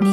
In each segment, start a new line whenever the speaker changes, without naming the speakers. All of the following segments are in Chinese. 你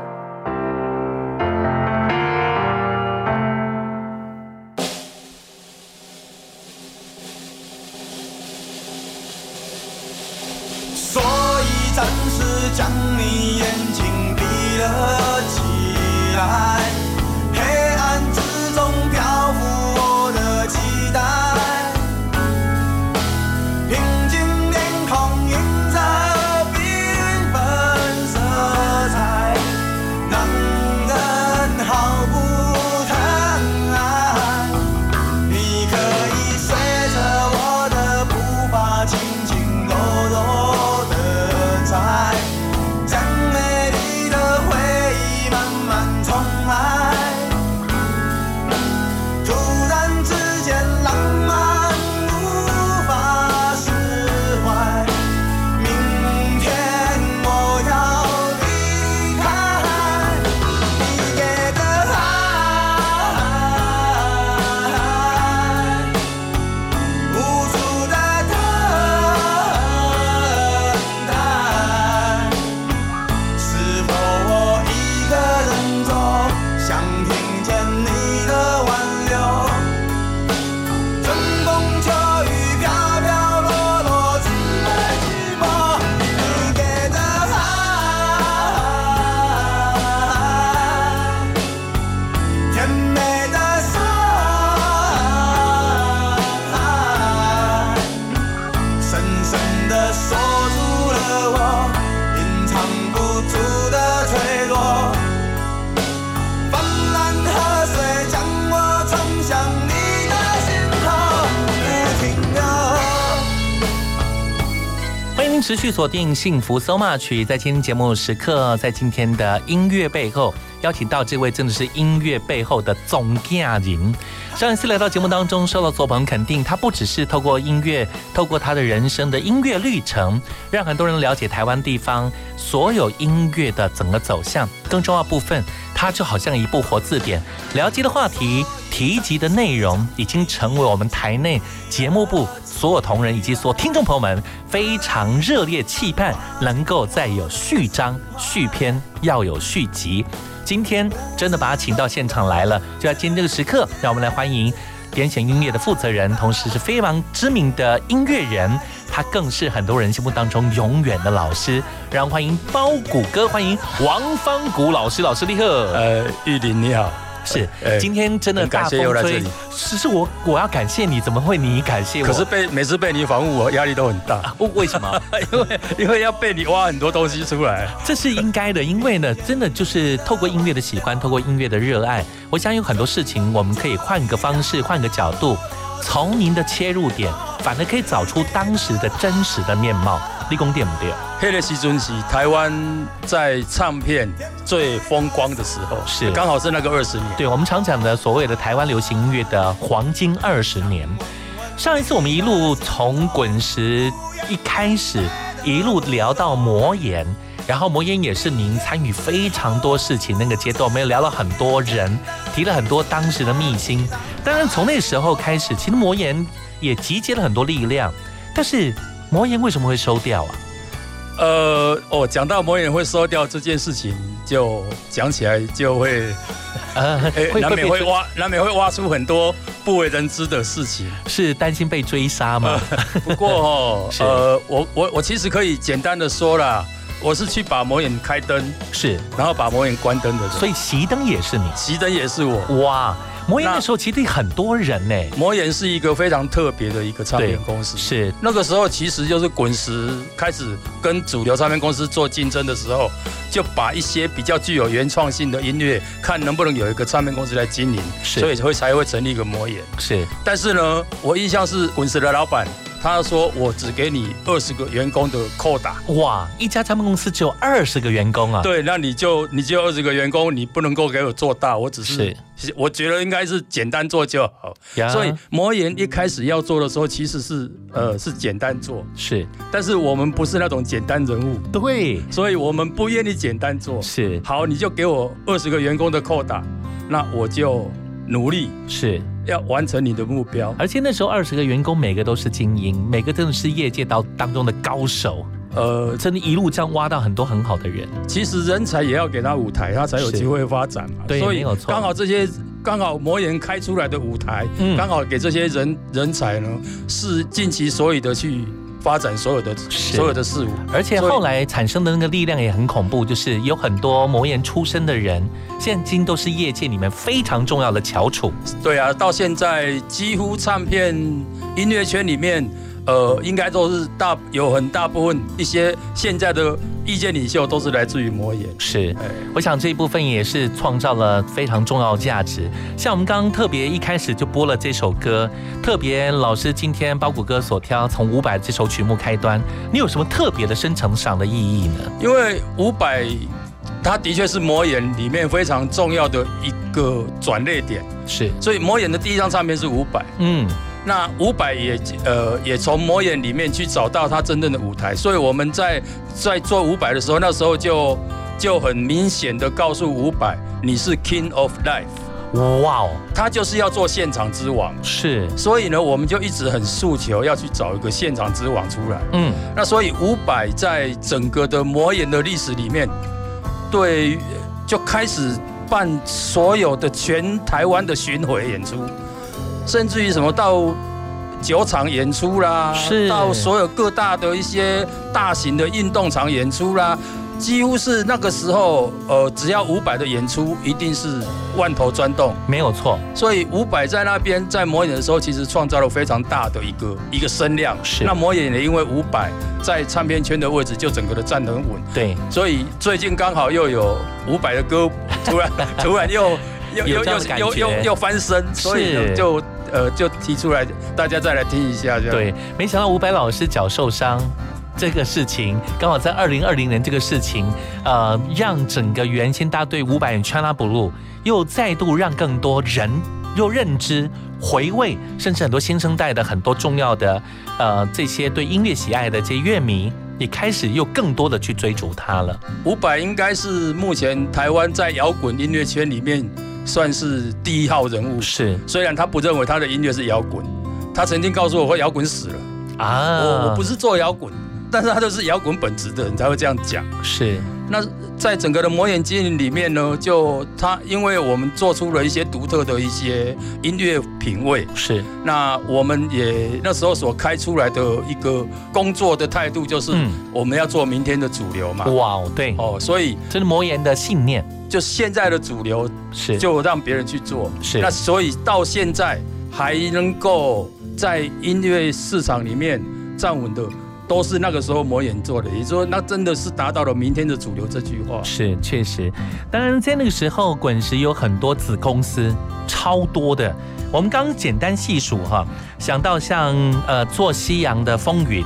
所以暂时将你眼睛闭了起来，黑暗之中漂浮我的期待，平静脸孔映着缤纷色彩，让人好不疼爱。你可以随着我的步伐，轻轻柔柔的踩，将美丽的回忆慢慢重来。突然之间，浪漫无法释怀。明天我要离开。你给的爱，无助的等待，是否我一个人走，想听见你的挽留？春风秋雨飘飘落落，只为寂寞。你给的爱，甜美的伤害，深深地锁住了我，隐藏不住的脆弱。泛滥河水将我冲向你的心头，别停啊留。
欢迎您持续锁定幸福 so much，在今天节目时刻，在今天的音乐背后，邀请到这位真的是音乐背后的总驾人。上一次来到节目当中，受到左鹏肯定，他不只是透过音乐，透过他的人生的音乐历程，让很多人了解台湾地方所有音乐的整个走向。更重要的部分，它就好像一部活字典，了解的话题、提及的内容，已经成为我们台内节目部所有同仁以及所有听众朋友们非常热烈期盼，能够再有续章、续篇，要有续集。今天真的把他请到现场来了，就在今天这个时刻，让我们来欢迎点选音乐的负责人，同时是非常知名的音乐人，他更是很多人心目当中永远的老师。让我们欢迎包谷哥，欢迎王方谷老师，老师立刻。
呃，玉林你好，
是
呃，
今天真的
很感
大
谢
风
又来这
吹
里，
是是我我要感谢你，怎么会你感谢我？
可是被每次被你访问，我压力都很大，
不哦为什么？
因为因为要被你挖很多东西出来。
这是应该的，因为呢，真的就是透过音乐的喜欢，透过音乐的热爱，我想有很多事情我们可以换个方式，换个角度，从您的切入点，反而可以找出当时的真实的面貌。立功对不对？
黑的时尊是台湾在唱片最风光的时候，
是
刚好是那个二十年。
对我们常讲的所谓的台湾流行音乐的黄金二十年。上一次我们一路从滚石一开始，一路聊到魔岩，然后魔岩也是您参与非常多事情那个阶段，我们也聊了很多人，提了很多当时的秘辛。当然从那时候开始，其实魔岩也集结了很多力量，但是魔岩为什么会收掉啊？
呃，哦，讲到魔眼会收掉这件事情，就讲起来就会，
呃，
哎
会
难
会
免
被
会挖，难免会挖出很多不为人知的事情。
是担心被追杀吗？ ，
不过哦
是
呃，我我我其实可以简单的说啦，我是去把魔眼开灯，
是，
然后把魔眼关灯的人，
所以熄灯也是你。
熄灯也是我。
哇，魔岩那
那
时候其实很多人呢、
魔岩是一个非常特别的一个唱
对
片公司，
是
那个时候其实就是滚石开始跟主流唱片公司做竞争的时候，就把一些比较具有原创性的音乐，看能不能有一个唱片公司来经营，
是
所以会才会成立一个魔眼。
是
但是呢，我印象是滚石的老板，他说我只给你二十个员工的扣打。
哇，一家唱片公司只有二十个员工啊，
对，那你就你就二十个员工，你不能够给我做大，我只是我觉得应该是简单做就好。
呀
所以魔岩一开始要做的时候，其实是
嗯
呃是简单做，
是
但是我们不是那种简单人物，
对
所以我们不愿意简单做。
是
好，你就给我二十个员工的扣打，那我就努力
是，
要完成你的目标。
而且那时候二十个员工每个都是精英，每个真的是业界当当中的高手，
呃，
真的一路这样挖到很多很好的人，
其实人才也要给他舞台，他才有
是
机会发展嘛。
对
所
没
以
有错
刚好这些刚好魔岩开出来的舞台，
嗯
刚好给这些人人才呢，是尽其所有的去发展所有的
是
所有的事物。
而且
所以
后来产生的那个力量也很恐怖，就是有很多魔岩出身的人，现今都是业界里面非常重要的翘楚。
对啊，到现在几乎唱片音乐圈里面，呃，应该都是大有很大部分一些现在的意见领袖都是来自于魔岩。
是，
哎，
我想这一部分也是创造了非常重要的价值。像我们刚刚特别一开始就播了这首歌，特别老师今天包谷哥所挑从伍佰这首曲目开端，你有什么特别的深层上的意义呢？
因为伍佰，他的确是魔岩里面非常重要的一个转捩点。
是，
所以魔眼的第一张唱片是伍佰，
嗯，
那伍佰也呃也从魔眼里面去找到他真正的舞台，所以我们在在做伍佰的时候，那时候就就很明显的告诉伍佰，你是 King of Life，
哇哦，
他就是要做现场之王。
是，
所以呢，我们就一直很诉求要去找一个现场之王出来。
嗯，
那所以伍佰在整个的魔眼的历史里面，对，就开始办所有的全台湾的巡回演出，甚至于什么到酒厂演出啦，
是
到所有各大的一些大型的运动场演出啦。几乎是那个时候，呃，只要伍佰的演出，一定是万头钻动。
没有错，
所以伍佰在那边在魔眼的时候，其实创造了非常大的一个一个声量。
是
那魔眼也因为伍佰在唱片圈的位置就整个的站得很稳，
对，
所以最近刚好又有伍佰的歌突 然突然又又
有
又
这样
又
的感
又
觉
又又翻身，所以呢
是
就呃就提出来大家再来听一下这样。
对，没想到伍佰老师脚受伤。这个事情刚好在二零二零年，这个事情，呃，让整个原先大家对伍佰与 China Blue 又再度让更多人又认知、回味，甚至很多新生代的很多重要的，呃，这些对音乐喜爱的这些乐迷，也开始又更多的去追逐他了。
伍佰应该是目前台湾在摇滚音乐圈里面算是第一号人物。
是
虽然他不认为他的音乐是摇滚，他曾经告诉我会摇滚死了。
啊，
哦我我不是做摇滚，但是他就是摇滚本质的人才会这样讲。
是
那在整个的魔眼经营里面呢，就他因为我们做出了一些独特的一些音乐品味，
是
那我们也那时候所开出来的一个工作的态度就是
嗯，
我们要做明天的主流嘛。
哇哦，对，
哦，所以
这是魔岩的信念，
就现在的主流
是
就让别人去做。
是
那所以到现在还能够在音乐市场里面站稳的，都是那个时候魔眼做的。也就是说，那真的是达到了明天的主流这句话。
是，确实。当然，在那个时候，滚石有很多子公司，超多的。我们刚刚简单细数哈，想到像呃做西洋的风云，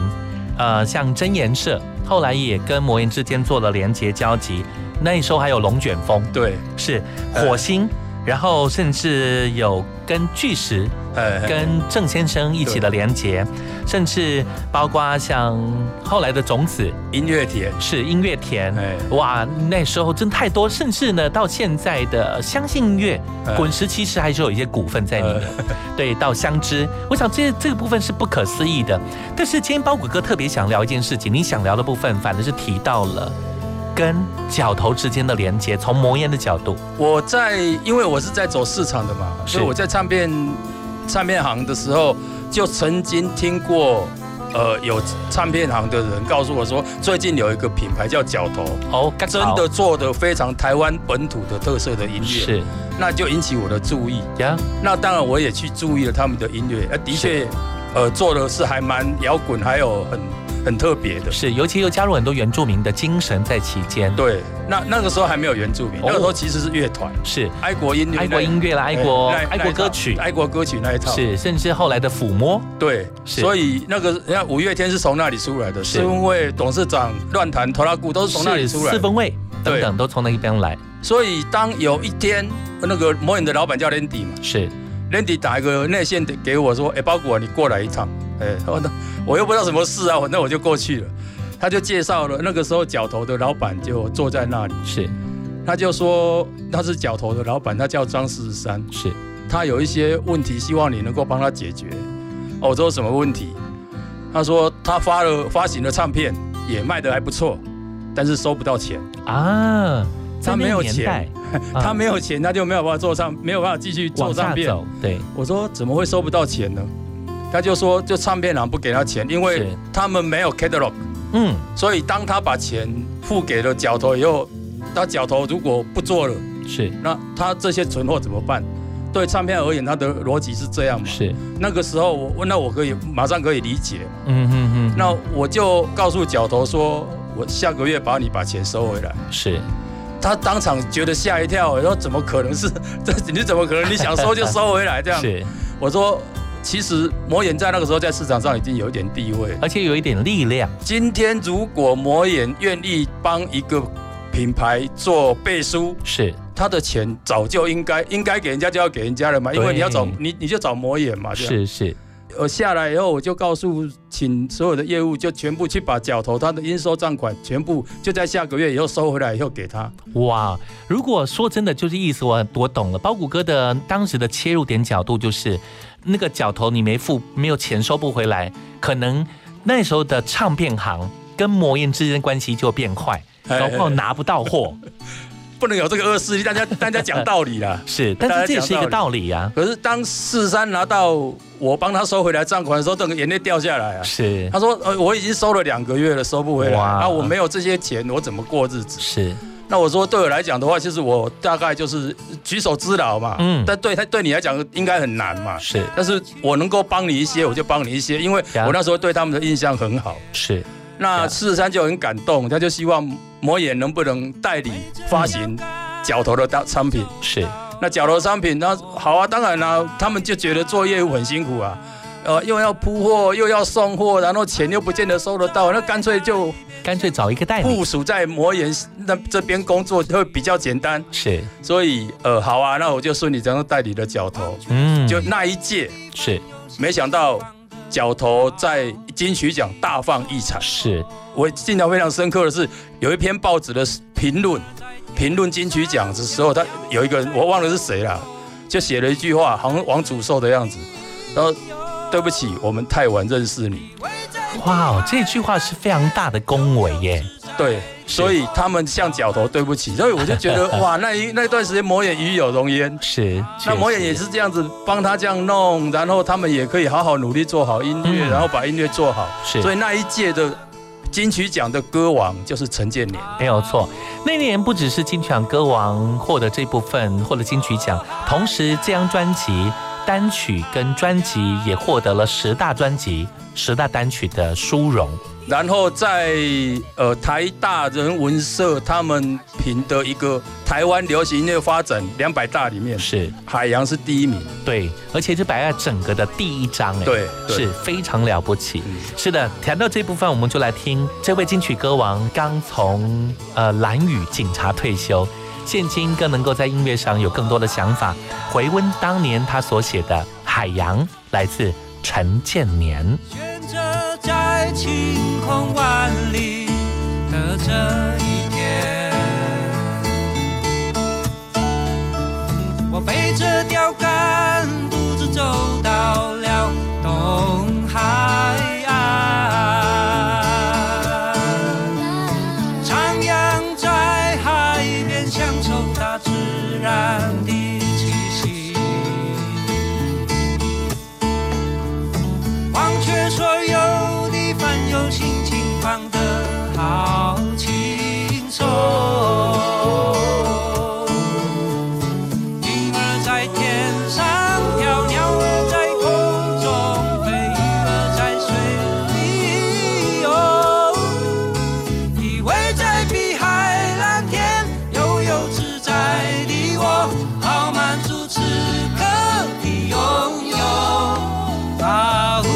呃像真言社，后来也跟魔岩之间做了连结交集。那时候还有龙卷风，
对，
是火星，然后甚至有跟巨石、
呃，
跟郑先生一起的连结，甚至包括像后来的种子，
音乐田，
是音乐田，
哎
哇，那时候真太多，甚至呢，到现在的相信音乐，
哎
滚石其实还是有一些股份在里面， 对，到相知，我想这这个部分是不可思议的。但是今天包谷哥特别想聊一件事情，你想聊的部分反而是提到了跟脚头之间的连接，从魔岩的角度，
我在因为我是在走市场的嘛，
是
所以我在唱片唱片行的时候，就曾经听过呃有唱片行的人告诉我说，最近有一个品牌叫角头，
哦，刚
真
好
的做的非常台湾本土的特色的音乐，
是
那就引起我的注意。
呀，
那当然我也去注意了他们的音乐，呃，的确，呃，做的是还蛮摇滚，还有很很特别的。
是，尤其又加入很多原住民的精神在其间，
对，那那个时候还没有原住民，那个时候其实是乐团，
是
爱国音乐那，
哦爱国音乐啦，爱国
哎那
爱国歌
那一
曲
套，爱国歌曲那一套，
是，甚至后来的抚摸，
对，
是
所以那个那五月天是从那里出来的，
是
是因为董事长乱弹头拉鼓都是从那里
是
出来的
四。分位等
对
等都从那一边来，
所以当有一天那个魔影的老板叫 Randy 嘛
是
，Randy 打一个内线给我说：“哎、包谷啊，你过来一趟。哎，我那我又不知道什么事啊，我那我就过去了。他就介绍了，那个时候角头的老板就坐在那里，
是
他就说他是角头的老板，他叫张四十三。
是
他有一些问题，希望你能够帮他解决。哦，我说什么问题？他说他发了发行了唱片，也卖得还不错，但是收不到钱。
啊，在
他没
那
有
个年
钱
代，啊
他没有钱，他就没有办法做唱，没有办法继续做
往
唱
下
片。
走，对，
我说怎么会收不到钱呢？他就说就唱片行不给他钱，因为
是
他们没有 catalog，
嗯，
所以当他把钱付给了角头以后，他角头如果不做了，
是
那他这些存货怎么办？对唱片而言，他的逻辑是这样嘛？
是，
那个时候我那我可以马上可以理解，
嗯哼哼，
那我就告诉角头说，我下个月把你把钱收回来。
是
他当场觉得吓一跳，我说怎么可能是 这？你怎么可能你想收就收回来这样？
是，
我说其实魔眼在那个时候在市场上已经有一点地位。
而且有一点力量，
今天如果魔眼愿意帮一个品牌做背书，
是
他的钱早就应该应该给人家就要给人家了嘛，因
对
为你要找你你就找魔眼嘛。这样。
是是，
我下来以后，我就告诉请所有的业务就全部去把角头他的应收账款全部就在下个月以后收回来以后给他。
哇！如果说真的，就是意思我我懂了。包谷哥的当时的切入点角度就是，那个角头你没付，没有钱收不回来，可能那时候的唱片行跟魔音之间的关系就变坏，
哎
然后拿不到 货。
不能有这个恶势力，大家大家讲道理啦。
是，但是这也是一个道理啊呀、
可是当四三拿到我帮他收回来账款的时候，整个眼泪掉下来啊。
是
他说：“呃，我已经收了两个月了，收不回来
哇
啊！我没有这些钱，我怎么过日子？
是，
那我说，对我来讲的话，就是我大概就是举手之劳嘛。
嗯
嗯，但对他对你来讲应该很难嘛。
是
但是我能够帮你一些，我就帮你一些，因为
呀
我那时候对他们的印象很好。
是呀
那四十三就很感动，他就希望魔眼能不能代理发行角头的大产品。
是
那角头商品，那好啊，当然啦、他们就觉得做业务很辛苦啊，呃，又要铺货，又要送货，然后钱又不见得收得到，那干脆就
干脆找一个代理。
部署在魔岩那这边工作会比较简单。
是，
所以，呃，好啊，那我就顺理成章代理了角头。
嗯，
就那一届，
是
没想到角头在金曲奖大放异彩。
是
我印象非常深刻的是，有一篇报纸的评论，评论金曲奖的时候，他有一个人我忘了是谁啦，就写了一句话，好像王祖寿的样子，然后对不起，我们太晚认识你。
哇哦，这句话是非常大的恭维耶。
对，所以他们向角头对不起，所以我就觉得哇，那一那段时间魔眼与有容焉。
是，确
那魔眼
实
也是这样子帮他这样弄，然后他们也可以好好努力做好音乐，
嗯
然后把音乐做好。
是
所以那一届的金曲奖的歌王就是陈建年。
没有错，那年不只是金曲奖歌王获得这部分获得金曲奖，同时这张专辑单曲跟专辑也获得了十大专辑、十大单曲的殊荣。
然后在呃台大人文社他们评的一个台湾流行音乐发展两百大里面，
是
海洋是第一名。
对，而且这摆在整个的第一章，哎，
对对
是非常了不起。
嗯
是的，谈到这部分，我们就来听这位金曲歌王刚从呃蓝雨警察退休，现今更能够在音乐上有更多的想法，回温当年他所写的《海洋》，来自陈建年。
悬着在晴空万里的这一天，我背着钓竿，独自走到了东海岸。徜徉在海边，享受大自然的气息。忘却所有的唱得好轻松。鹰儿在天上跳，鸟儿在空中飞，鱼儿在水里游。依偎在碧海蓝天，悠悠自在的我，好满足此刻的拥有。啊呜！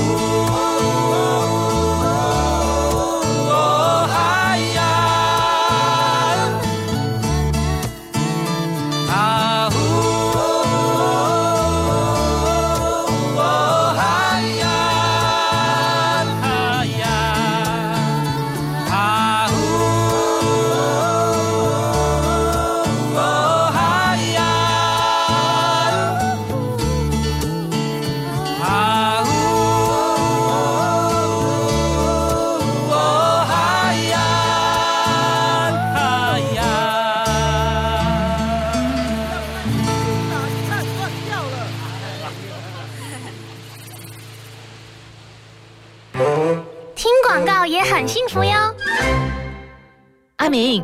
哦嗨呀！啊呼！哦嗨呀，嗨呀，啊呼！哦嗨呀，啊呼！哦嗨呀，嗨呀。
听广告也很幸福哟。
阿明，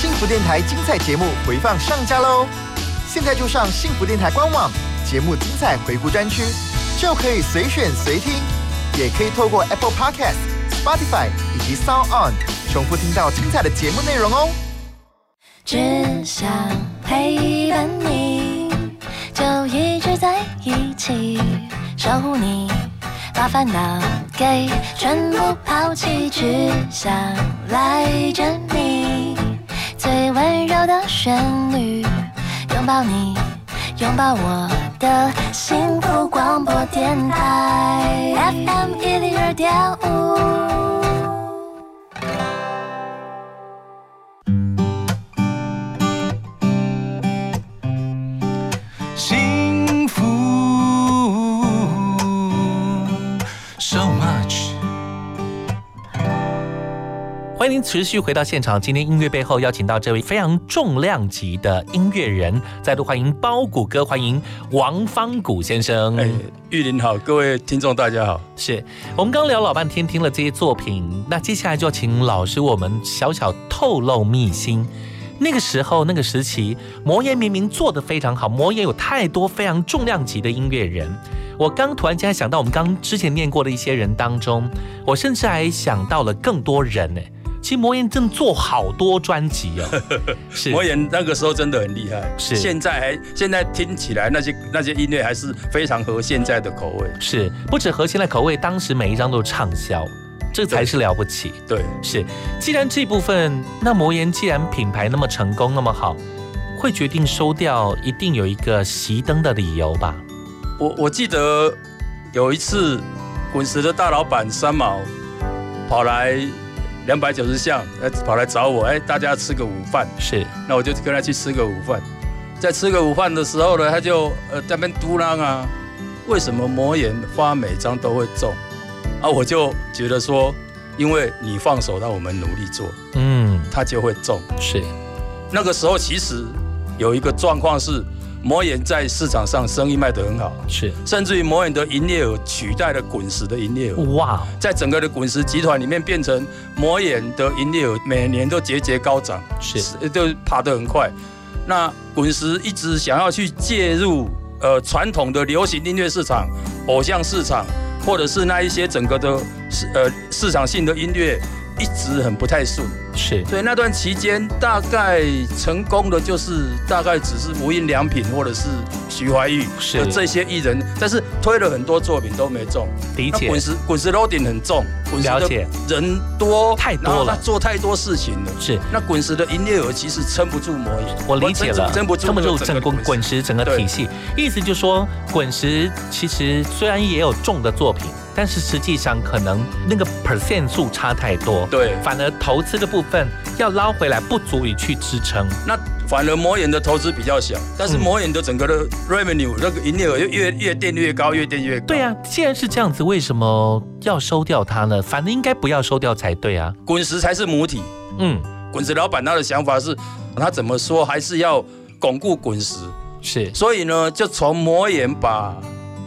幸福电台精彩节目回放上架喽！现在就上幸福电台官网节目精彩回顾专区，就可以随选随听，也可以透过 Apple Podcast、Spotify 以及 Sound On 重复听到精彩的节目内容哦。
只想陪伴你，就一直在一起，守护你，把烦恼给全部抛弃，只想赖着你，最温柔的旋律，拥抱你，拥抱我的幸福广播电台 FM 一零二点五。
幸福，so much。
欢迎您持续回到现场。今天音乐背后邀请到这位非常重量级的音乐人，再度欢迎包谷哥，欢迎王方谷先生。
哎，玉林好，各位听众大家好。
是我们刚聊老半天，听了这些作品，那接下来就要请老师我们小小透露秘辛。那个时候，那个时期，魔岩明明做得非常好，魔岩有太多非常重量级的音乐人。我刚突然间想到，我们刚之前念过的一些人当中，我甚至还想到了更多人呢。其实魔岩真的做好多专辑哦，是
魔岩那个时候真的很厉害，
是
现在还现在听起来那些那些音乐还是非常合现在的口味。
是不止核心的口味，当时每一张都畅销，这才是了不起。
对，
是，既然这部分，那魔岩既然品牌那么成功那么好，会决定收掉，一定有一个熄灯的理由吧？
我我记得有一次，滚石的大老板三毛跑来两百九十项，哎，跑来找我，哎，大家吃个午饭。
是
那我就跟他去吃个午饭。在吃个午饭的时候呢，他就呃在那边嘟囔啊，为什么魔岩发每张都会中？啊，我就觉得说，因为你放手让我们努力做，
嗯，
它就会中。
是
那个时候其实有一个状况是，魔岩在市场上生意卖得很好，
是，
甚至于魔岩的营业额取代了滚石的营业额。
哇，
在整个的滚石集团里面，变成魔眼的营业额每年都节节高涨，呃
是
都爬得很快。那滚石一直想要去介入呃传统的流行音乐市场、偶像市场，或者是那一些整个的市呃市场性的音乐，一直很不太顺。
是
所以那段期间，大概成功的就是大概只是无印良品或者是徐怀钰
是
的这些艺人，但是推了很多作品都没中。
理
那
解
滚石滚石 loading 很重，滚石
了
的
解
人多
太多
然后他
了
做太多事情了。
是。
那滚石的营业额其实撑不住魔眼，
我理解了，
撑不住，
撑不住
整
整
个
滚滚石整个体系。意思就是说，滚石其实虽然也有重的作品，但是实际上可能那个 percent 数差太多，
对
反而投资的部分要捞回来不足以去支撑。
那反而魔眼的投资比较小，但是
嗯
魔眼的整个的 revenue 那个营业额就越越垫越高，越垫越高。
对啊，既然是这样子，为什么要收掉它呢？反正应该不要收掉才对啊。
滚石才是母体，
嗯，
滚石老板他的想法是，他怎么说还是要巩固滚石，
是
所以呢，就从魔眼把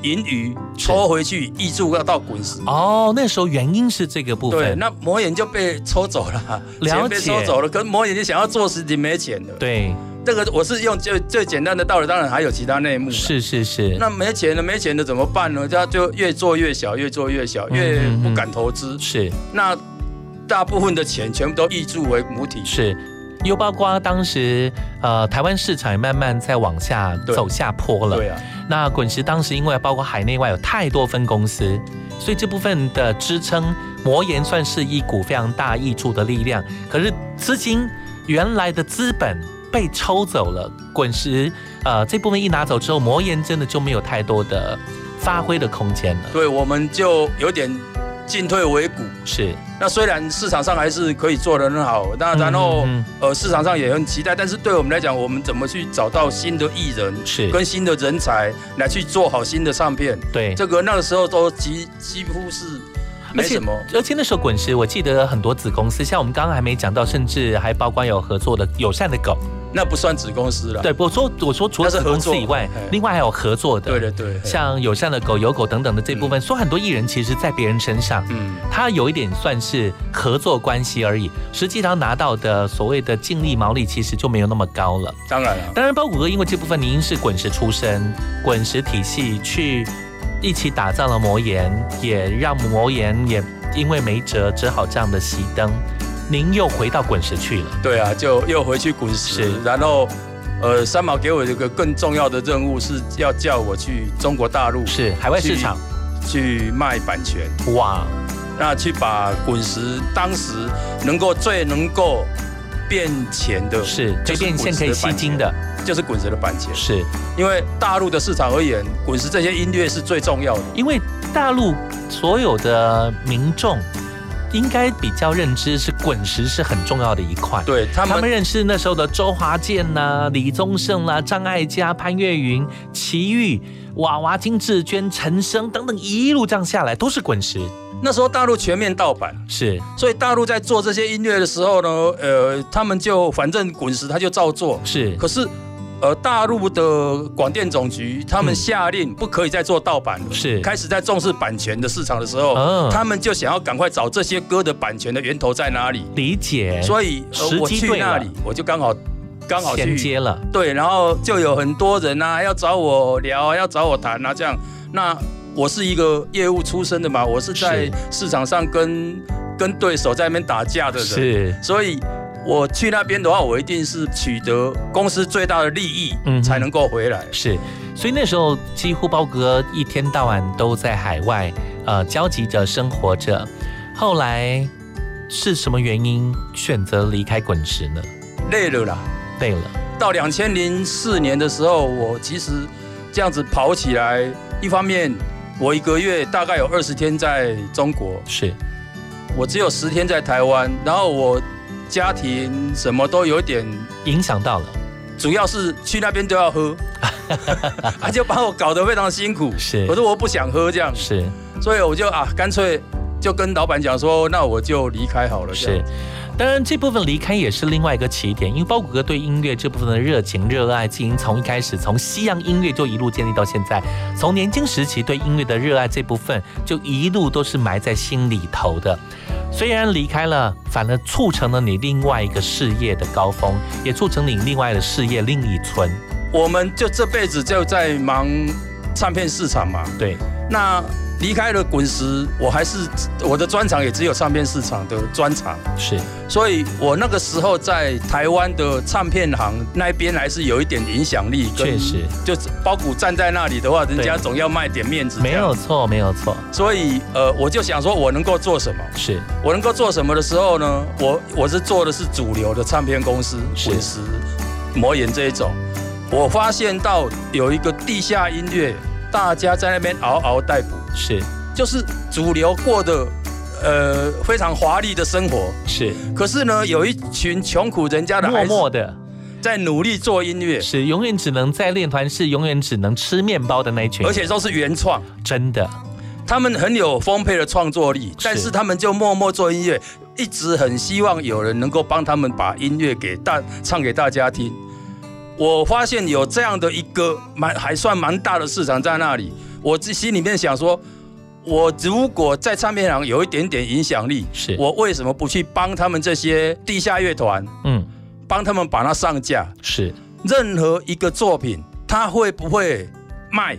银鱼抽回去，挹注要到滚石。
哦，那时候原因是这个部
对，
分。
那魔眼就被抽走了，
了
钱被
解
抽走了，跟魔眼就想要做事情没钱了。，
对，
这个我是用最最简单的道理，当然还有其他内幕啦。
是是是，
那没钱了，没钱了怎么办呢？他就越做越小，越做越小，越
嗯嗯
不敢投资。
是
那大部分的钱全部都挹注为母体。
是，又包括当时呃台湾市场也慢慢在往下
对
走下坡了。
对啊，
那滚石当时因为包括海内外有太多分公司，所以这部分的支撑，魔岩算是一股非常大益处的力量。可是资金原来的资本被抽走了，滚石呃这部分一拿走之后，魔岩真的就没有太多的发挥的空间了。
对，我们就有点进退维谷。
是，
那虽然市场上还是可以做得很好，那然后、
嗯嗯
呃市场上也很期待，但是对我们来讲，我们怎么去找到新的艺人
是
跟新的人才来去做好新的唱片？
对，
这个那个时候都几几乎是没什么。
而且那时候滚石，我记得很多子公司，像我们刚刚还没讲到，甚至还包括有合作的友善的狗。
那不算子公司了。
对，我说我说除了
那是
子公
合
司
作
以外
哎，
另外还有合作的。
对对对，
像友善的狗、有狗等等的这部分，说很多艺人其实在别人身上，
嗯，
他有一点算是合作关系而已，实际上拿到的所谓的净利毛利其实就没有那么高了。
当然了，
当然，包谷哥因为这部分您是滚石出身，滚石体系去一起打造了魔岩，也让魔岩也因为没辙，只好这样的熄灯。您又回到滚石去了，
对啊，就又回去滚石
是，
然后呃，三毛给我一个更重要的任务是要叫我去中国大陆
是海外市场，
去卖版权，
哇，
那去把滚石当时能够最能够变钱的，
是
就
这
是
变现可以吸金的，
就是滚石的版权，
是
因为大陆的市场而言，滚石这些音乐是最重要的。
因为大陆所有的民众应该比较认知是滚石是很重要的一块。
对他
他们
们，
认识那时候的周华健呐、李宗盛啦、张艾嘉、潘越云、齐豫、娃娃、金志娟、陈升等等，一路这样下来都是滚石，
那时候大陆全面盗版，
是
所以大陆在做这些音乐的时候呢，呃，他们就反正滚石他就照做，
是
可是，呃，大陆的广电总局他们
嗯
下令不可以再做盗版了，
是
开始在重视版权的市场的时候，
嗯
他们就想要赶快找这些歌的版权的源头在哪里，
理解，
所以、
哎时
呃、我
机
去
对
那
了
里，我就刚好刚好
衔
去
接了，
对，然后就有很多人啊要找我聊啊，要找我谈啊，这样那。我是一个业务出身的嘛，我是在
是
市场上跟跟对手在那边打架的人，
是
所以我去那边的话，我一定是取得公司最大的利益，
嗯哼
才能够回来。
是，所以那时候几乎包哥一天到晚都在海外，呃，焦急着生活着。后来是什么原因选择离开滚石呢？
累了啦，
对了，
到两千零四年的时候，我其实这样子跑起来，一方面我一个月大概有二十天在中国，
是
我只有十天在台湾，然后我家庭什么都有点，
影响到了，
主要是去那边都要 喝。他就把我搞得非常辛苦，
是
我说我不想喝这样，
是。
所以我就啊，干脆就跟老板讲说，那我就离开好了。这样
是，当然这部分离开也是另外一个起点，因为包谷哥对音乐这部分的热情、热爱，经营从一开始从西洋音乐就一路建立到现在，从年轻时期对音乐的热爱这部分就一路都是埋在心里头的。虽然离开了，反而促成了你另外一个事业的高峰，也促成你另外的事业另一存。
我们就这辈子就在忙唱片市场嘛。
对，
那离开了滚石，我还是我的专场也只有唱片市场的专场，
是，
所以我那个时候在台湾的唱片行那边还是有一点影响力，跟
确实，
就是包谷站在那里的话，人家
对
总要卖点面子，
没有错，没有错，
所以呃，我就想说我能够做什么。
是
我能够做什么的时候呢？我我是做的是主流的唱片公司，滚石、魔岩这一种。我发现到有一个地下音乐，大家在那边嗷嗷待哺，
是
就是主流过的呃非常华丽的生活。
是，
可是呢，有一群穷苦人家的
默
孩子
默的
在努力做音乐，
是永远只能在练团室，永远只能吃面包的那一群，
而且都是原创。
真的
他们很有丰沛的创作力，但是他们就默默做音乐，一直很希望有人能够帮他们把音乐给大唱给大家听。我发现有这样的一个蛮还算蛮大的市场在那里，我自心里面想说，我如果在唱片行有一点点影响力，
是，
我为什么不去帮他们这些地下乐团，
嗯
帮他们把它上架？
是
任何一个作品，它会不会卖，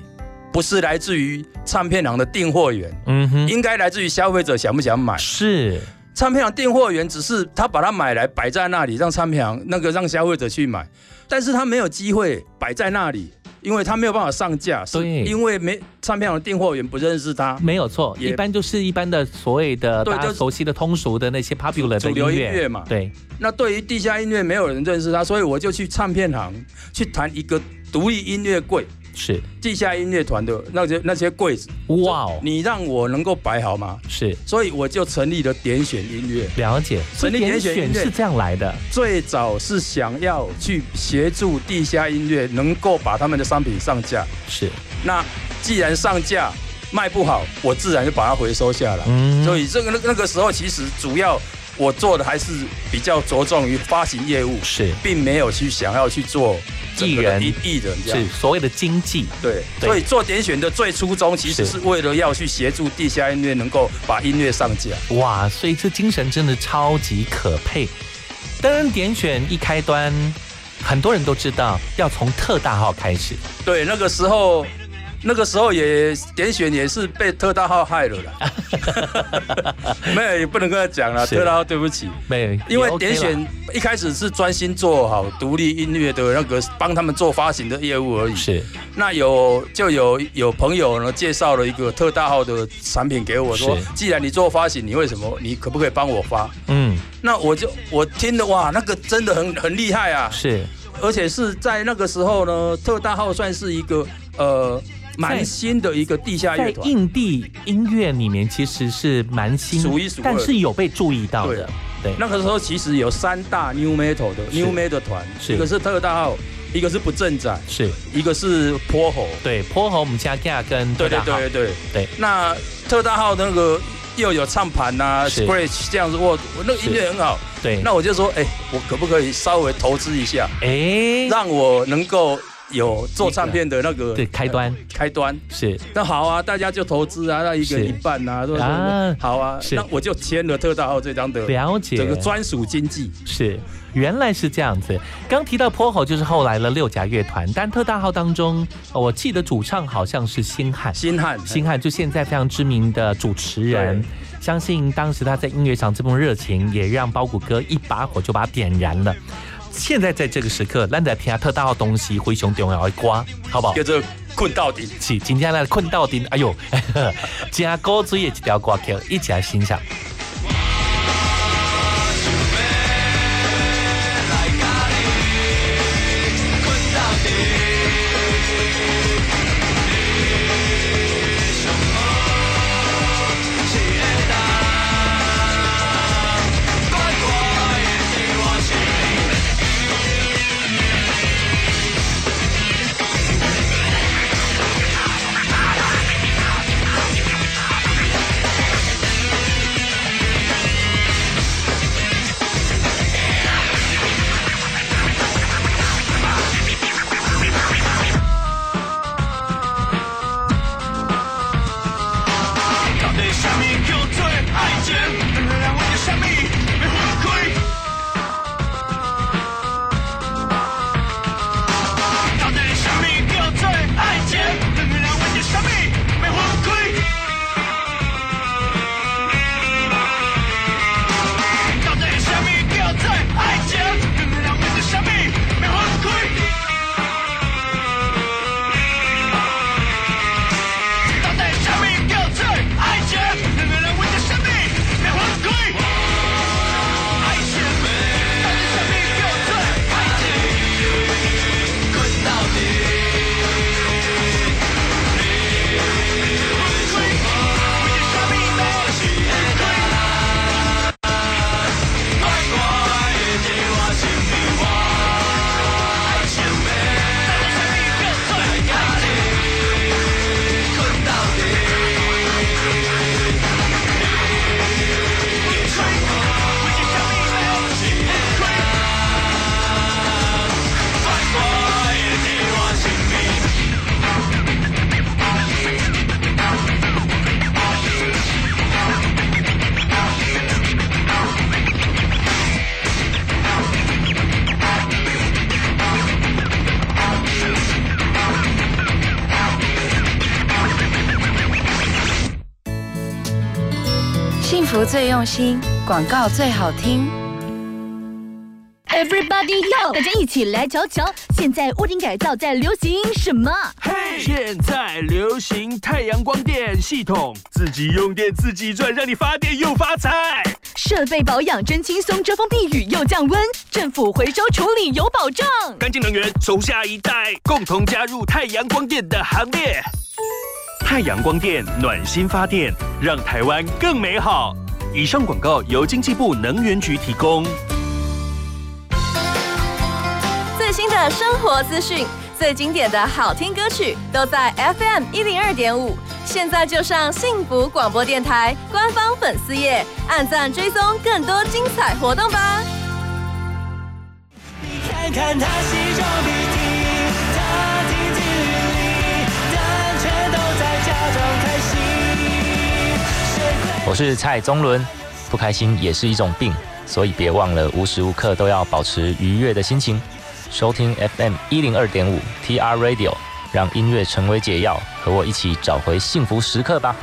不是来自于唱片行的订货源。
嗯哼
应该来自于消费者想不想买。
是
唱片行订货员只是他把它买来摆在那里，让唱片行那个让消费者去买，但是他没有机会摆在那里，因为他没有办法上架，是
对
因为没唱片行的订货员不认识他。
没有错，
也
一般就是一般的所谓的
对
大家
就是
熟悉的通俗的那些 popular 的
主流音乐嘛
对，
那对于地下音乐没有人认识他，所以我就去唱片行去谈一个独立音乐柜，
是
地下音乐团的那些那些柜子，
哇哦，
你让我能够摆好吗？
是
所以我就成立了点选音乐。
了解，
神力点选音乐
是这样来的，
最早是想要去协助地下音乐能够把他们的商品上架。
是
那既然上架卖不好，我自然就把它回收下来。
嗯
所以这个那那个时候，其实主要我做的还是比较着重于发行业务，
是
并没有去想要去做整个的
艺
艺
人
艺人这
是
样。
所谓的经济，
对，
对
所以做点选的最初衷，其实
是
是为了要去协助地下音乐能够把音乐上架。
哇，所以这精神真的超级可佩。当然，点选一开端，很多人都知道要从特大号开始，
对，那个时候，那个时候也点选也是被特大号害了 啦。没有，也不能跟他讲了，
是
特大号对不起。
没有，
因为
也 OK
点
啦
选一开始是专心做好独立音乐的那个帮他们做发行的业务而已。
是
那有就有有朋友呢介绍了一个特大号的产品给我，说
是
既然你做发行，你为什么你可不可以帮我发？
嗯
那我就我听的哇，那个真的很很厉害啊！
是
而且是在那个时候呢，特大号算是一个呃蛮新的一个地下
在
乐团，
印地音乐里面其实是蛮新，
数一数二
但是有被注意到的，对，
那个时候其实有三大 new metal 的
是
new metal 团，
是
一个是特大号，一个是不正仔，
是
一个是泼猴。
对泼猴我们家架跟
对
特
对
大号
对对对。
对
那特大号那个又有唱盘呐、
是
scratch 这样子，我我那个音乐很好，
对，
那我就说，哎、我可不可以稍微投资一下，
哎
让我能够有做唱片的那个
对开端
开端？
是
那好啊，大家就投资啊，那一个
是
一半啊，对
啊
吧？好啊，
是
那我就签了特大号这张的
了解
整个专属经济。
是，原来是这样子。刚提到泼猴，就是后来的六甲乐团，但特大号当中，呃我记得主唱好像是星汉，
星汉，
星汉就现在非常知名的主持人。相信当时他在音乐上这份热情，也让包谷哥一把火就把他点燃了。现在在这个时刻，咱在听下特大号啊东西，灰熊重要一瓜，好不好
叫？做困到底。
是，今天来困到底，哎呦， 加高追也一条歌曲，一起来欣赏。
到底什么叫做爱情？让我为什么要分开？到底什么叫做爱情？让我为什么要分开？
幸福最用心，广告最好听。
Everybody yo，大家一起来瞧瞧，现在屋顶改造在流行什么？
现在流行太阳光电系统，自己用电自己赚，让你发电又发财。
设备保养真轻松，遮风避雨又降温，政府回收处理有保障。
干净能源从下一代，共同加入太阳光电的行列。太阳光电暖心发电，让台湾更美好。以上广告由经济部能源局提供。
最新的生活资讯、最经典的好听歌曲都在 FM 一零二点五。现在就上幸福广播电台官方粉丝页，按赞追踪更多精彩活动吧。
看看他西装笔挺，他亭亭玉立，但却都在假装开心。
我是蔡宗伦，不开心也是一种病，所以别忘了无时无刻都要保持愉悦的心情。收听 FM 一零二点五 TR Radio，让音乐成为解药，和我一起找回幸福时刻吧。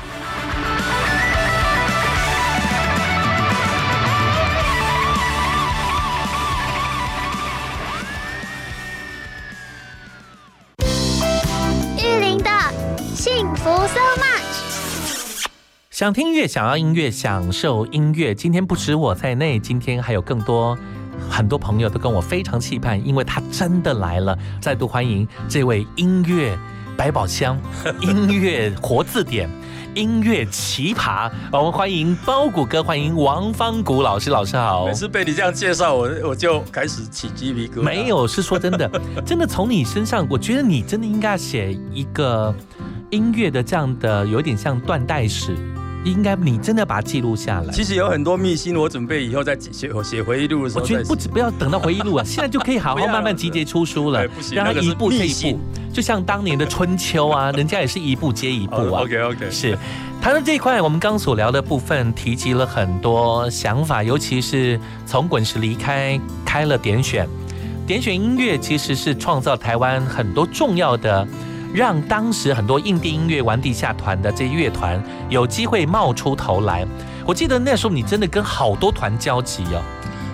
玉林的幸福 so much。
想听音乐，想要音乐，享受音乐。今天不止我在内，今天还有更多很多朋友都跟我非常期盼，因为他真的来了。再度欢迎这位音乐百宝 箱、音乐活字典、音乐奇葩。我们欢迎包谷哥，欢迎王方谷老师，老师好。
每次被你这样介绍，我我就开始起鸡皮疙瘩。
没有，是说真 的，真的从你身上，我觉得你真的应该写一个音乐的这样的，有点像断代史，应该你真的把它记录下来。
其实有很多秘辛，我准备以后再写写回忆录的时
我
候
觉
再
得不
写。
止不要等到回 忆录啊，现在就可以好好慢慢集结出书了
哎不，行
让它
那个是
一步退
逆
一步
袭，
就像当年的春秋 啊，人家也是一步接一步啊。
OK OK，
是。谈到这一块，我们刚所聊的部分提及了很多想法，尤其是从滚石离开，开了点选，点选音乐其实是创造台湾很多重要的，让当时很多印地音乐玩地下团的这些乐团有机会冒出头来。我记得那时候你真的跟好多团交集哦，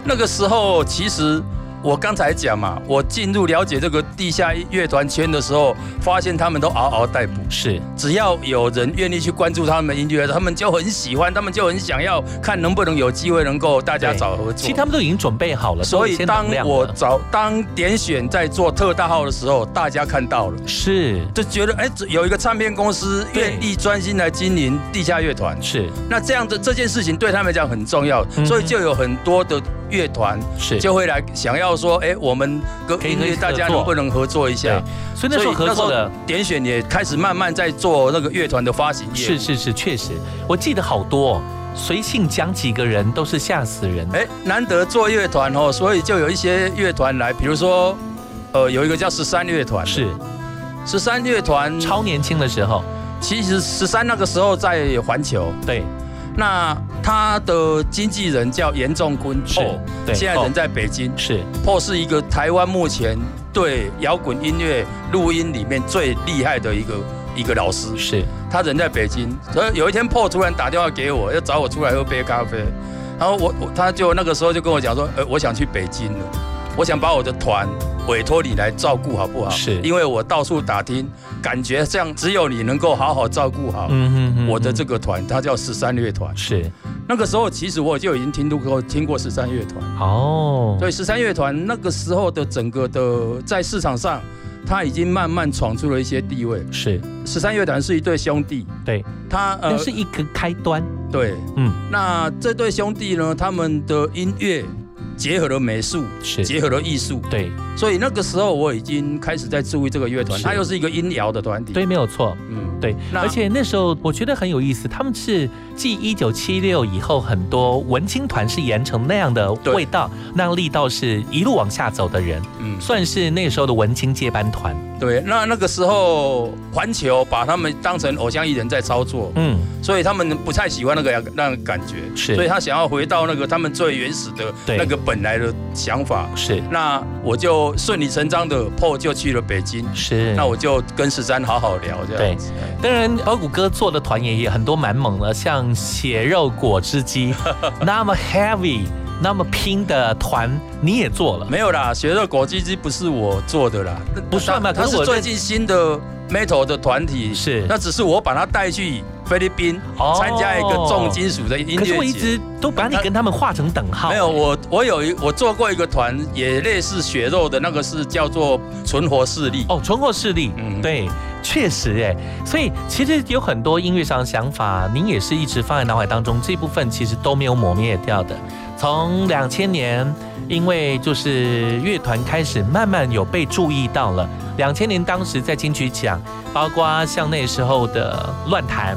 那个时候其实我刚才讲嘛，我进入了解这个地下乐团圈的时候，发现他们都嗷嗷待哺。
是，
只要有人愿意去关注他们的音乐，他们就很喜欢，他们就很想要看能不能有机会能够大家找合作。
其实他们都已经准备好了，
所以
都有一些
当
能量了
我找当点选在做特大号的时候，大家看到了，
是
就觉得哎，有一个唱片公司愿意专心来经营地下乐团，
是
那这样的这件事情对他们来讲很重要，
嗯
所以就有很多的乐团
是
就会来想要说，哎，我们跟
以
音
合
乐
作
大家能不能合作一下？
所以那时候合
所以
作的
那时候点选也开始慢慢在做那个乐团的发行业务
是是是，确实，我记得好多、哦，随性讲几个人都是吓死人。
哎，难得做乐团哦，所以就有一些乐团来，比如说，呃，有一个叫十三乐团，
是
十三乐团，
超年轻的时候，
其实十三那个时候在环球，
对，
那他的经纪人叫严仲坤，
是
Paul，
对哦
现在
Paul
人在北京，
是
Paul 是一个台湾目前对摇滚音乐录音里面最厉害的一个一个老师，
是
他人在北京，所以有一天 Paul 突然打电话给我，要找我出来喝杯咖啡，然后我我他就那个时候就跟我讲说，呃，我想去北京了，我想把我的团委托你来照顾好不好？
是
因为我到处打听，感觉这样只有你能够好好照顾好
嗯哼嗯哼
我的这个团，它叫十三乐团。
是
那个时候其实我就已经听过听过十三乐团。
哦，
对，十三乐团那个时候的整个的在市场上，它已经慢慢闯出了一些地位。
是
十三乐团是一对兄弟，
对，
他呃
那是一个开端。
对，
嗯，
那这对兄弟呢，他们的音乐结合了美术，
是
结合了艺术，
对，
所以那个时候我已经开始在注意这个乐团，
是
它又是一个音摇的团体，
对，没有错。
嗯，
对，而且那时候我觉得很有意思，他们是继一九七六以后，很多文青团是沿成那样的味道，那样力道是一路往下走的人，
嗯
算是那时候的文青接班团。
对，那那个时候环球把他们当成偶像艺人在操作，
嗯，
所以他们不太喜欢那个那个感觉，
是
所以他想要回到那个他们最原始的
对
那个本来的想法，
是
那我就顺理成章的破就去了北京，
是
那我就跟十三好好聊这样子，
嗯对，当然包谷哥做的团也也很多蛮猛的，像血肉果汁 机那么 heavy、那么拼的团你也做了，
没有啦，学热果汁机不是我做的啦，
不算吧？
它
可
是
我
最
认
近新的 metal 的团体，
是
那只是我把他带去菲律宾
哦
参加一个重金属的音乐节。
可是我一直都把你跟他们画成等号。
没有，我我有一我做过一个团，也类似血肉的那个是叫做存活势力。
哦，存活势力，嗯，对，确实哎，所以其实有很多音乐上的想法，您也是一直放在脑海当中，这部分其实都没有磨灭掉的。从两千年，因为就是乐团开始慢慢有被注意到了。两千年当时在金曲奖，包括像那时候的乱弹，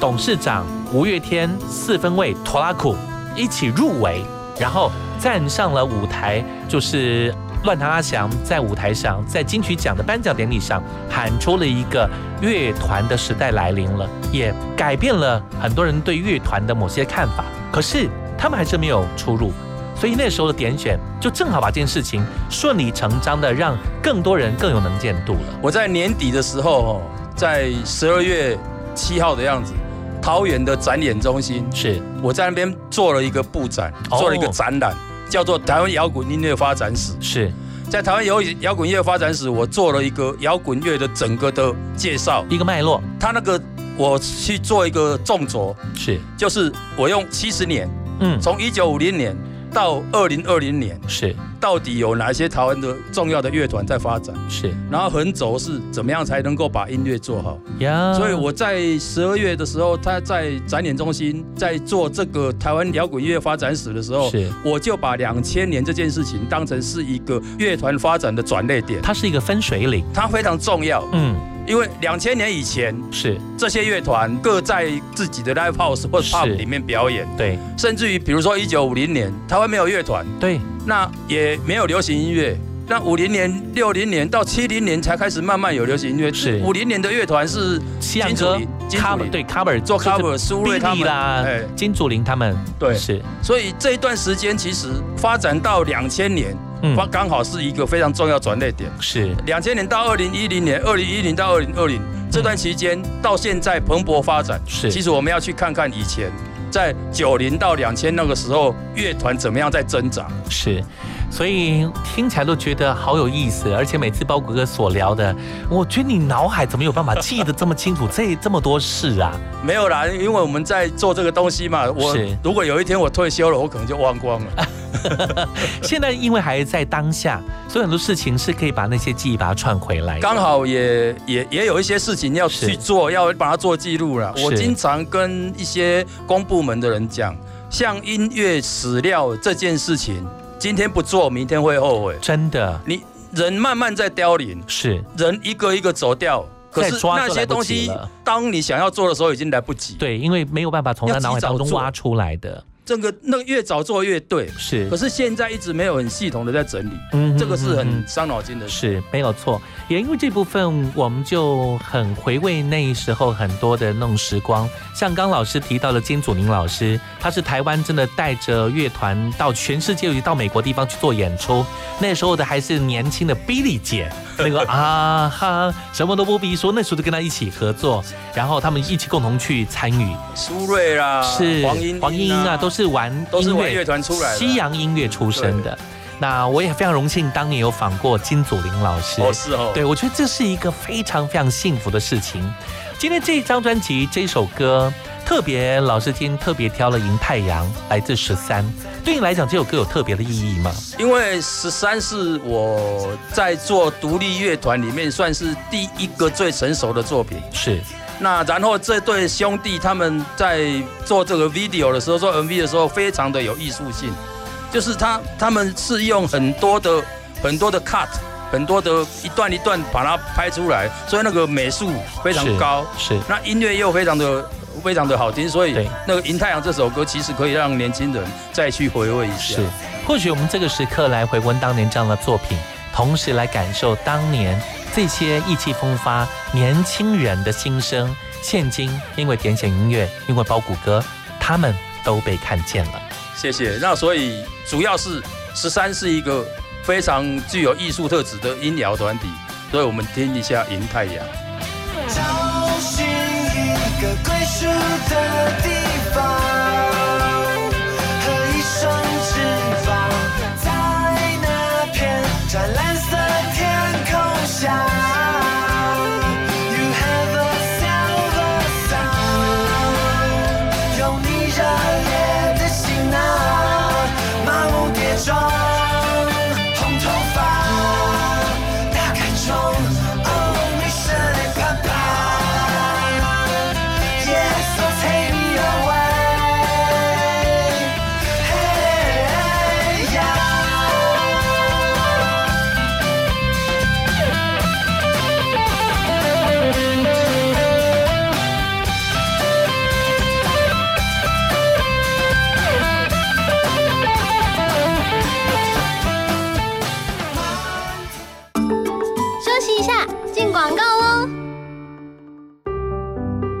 董事长五月天、四分卫、拖拉苦一起入围，然后站上了舞台，就是乱弹阿翔在舞台上，在金曲奖的颁奖典礼上喊出了一个乐团的时代来临了，也改变了很多人对乐团的某些看法。可是他们还是没有出路，所以那时候的点选就正好把这件事情顺理成章的让更多人更有能见度了。
我在年底的时候，哦，在十二月七号的样子，桃园的展演中心
是
我在那边做了一个布展，
哦
做了一个展览，叫做《台湾摇滚音乐发展史》。
是
在台湾摇摇滚乐发展史，我做了一个摇滚乐的整个的介绍，
一个脉络。
它那个我去做一个纵轴，
是
就是我用七十年，
嗯
从一九五零年到二零二零年，
是
到底有哪些台湾的重要的乐团在发展？
是
然后横轴是怎么样才能够把音乐做好？
呀，
所以我在十二月的时候，他在展演中心在做这个台湾摇滚乐发展史的时候
是，
我就把两千年这件事情当成是一个乐团发展的转捩点，
它是一个分水岭，
它非常重要。
嗯，
因为两千年以前，
是
这些乐团各在自己的 live house 或者 pub 里面表演，
对，
甚至于比如说一九五零年，台湾没有乐团，
对，
那也没有流行音乐。那五零年、六零年到七零年才开始慢慢有流行音乐。
是
五零年的乐团是
西洋
金主
歌
林金主
cover
林
对 cover
做 cover
就是
苏芮他
Billy
们
啦
哎，
金主林他们，
对
是
所以这一段时间其实发展到两千年
嗯，
刚刚好是一个非常重要转捩点。
是
两千年到二零一零年，二零一零到二零二零这段期间到现在蓬勃发展。
是
其实我们要去看看以前在九零到两千那个时候乐团怎么样在挣扎。
是，所以听起来都觉得好有意思，而且每次包谷哥所聊的，我觉得你脑海怎么有办法记得这么清楚这这么多事啊？
没有啦，因为我们在做这个东西嘛。我
是哎
如果有一天我退休了，我可能就忘光了。
现在因为还在当下，所以很多事情是可以把那些记忆把它串回来的。
刚好也也也有一些事情要去做，要把它做记录了。
是
我经常跟一些公部门的人讲，像音乐史料这件事情，今天不做，明天会后悔。
真的
你人慢慢在凋零，
是
人一个一个走掉，可
再
是
抓就
那些
来不
东
及
西
了，
当你想要做的时候，已经来不及。
对，因为没有办法从他脑海当中挖出来的，
这个那个越早做越对，
是
可是现在一直没有很系统的在整理，
嗯哼
这个是很
嗯哼
伤脑筋的事。
是没有错。也因为这部分，我们就很回味那时候很多的那种时光。像刚老师提到的金祖宁老师，他是台湾真的带着乐团到全世界，尤其到美国地方去做演出。那时候的还是年轻的 Billy 姐，那个啊哈，什么都不必说，那时候就跟他一起合作，然后他们一起共同去参与。
苏芮啦，
是
啊黄莺
黄莺莺啊，都是玩
都是玩
音
乐团出来的
西洋音乐出身的。那我也非常荣幸，当年有访过金祖林老师。
哦是哦
对我觉得这是一个非常非常幸福的事情。今天这张专辑这首歌，特别老师今天特别挑了《迎太阳》，来自十三。对你来讲，这首歌有特别的意义吗？
因为十三是我在做独立乐团里面算是第一个最成熟的作品。
是
那然后这对兄弟他们在做这个 video 的时候，做 MV 的时候，非常的有艺术性，就是他他们是用很多的很多的 cut，很多的一段一段把它拍出来，所以那个美术非常
是
高，
是
那音乐又非常的。非常的好听，所以
对
那个《银太阳》这首歌其实可以让年轻人再去回味一下。
是，或许我们这个时刻来回温当年这样的作品，同时来感受当年这些意气风发年轻人的心声，现今因为点选音乐，因为包谷歌，他们都被看见了。
谢谢。那所以主要是十三是一个非常具有艺术特质的音疗团体，所以我们听一下《银太阳》。
找寻一个归属的地方，和一双翅膀，在那片湛蓝色天空下。You have a silver sound，用你热烈的心啊，漫无迭装，红头发。打开窗，哦，你是你爸爸。Yes, I'll take me away. Hey, yeah.
休息一下，进广告哦喽。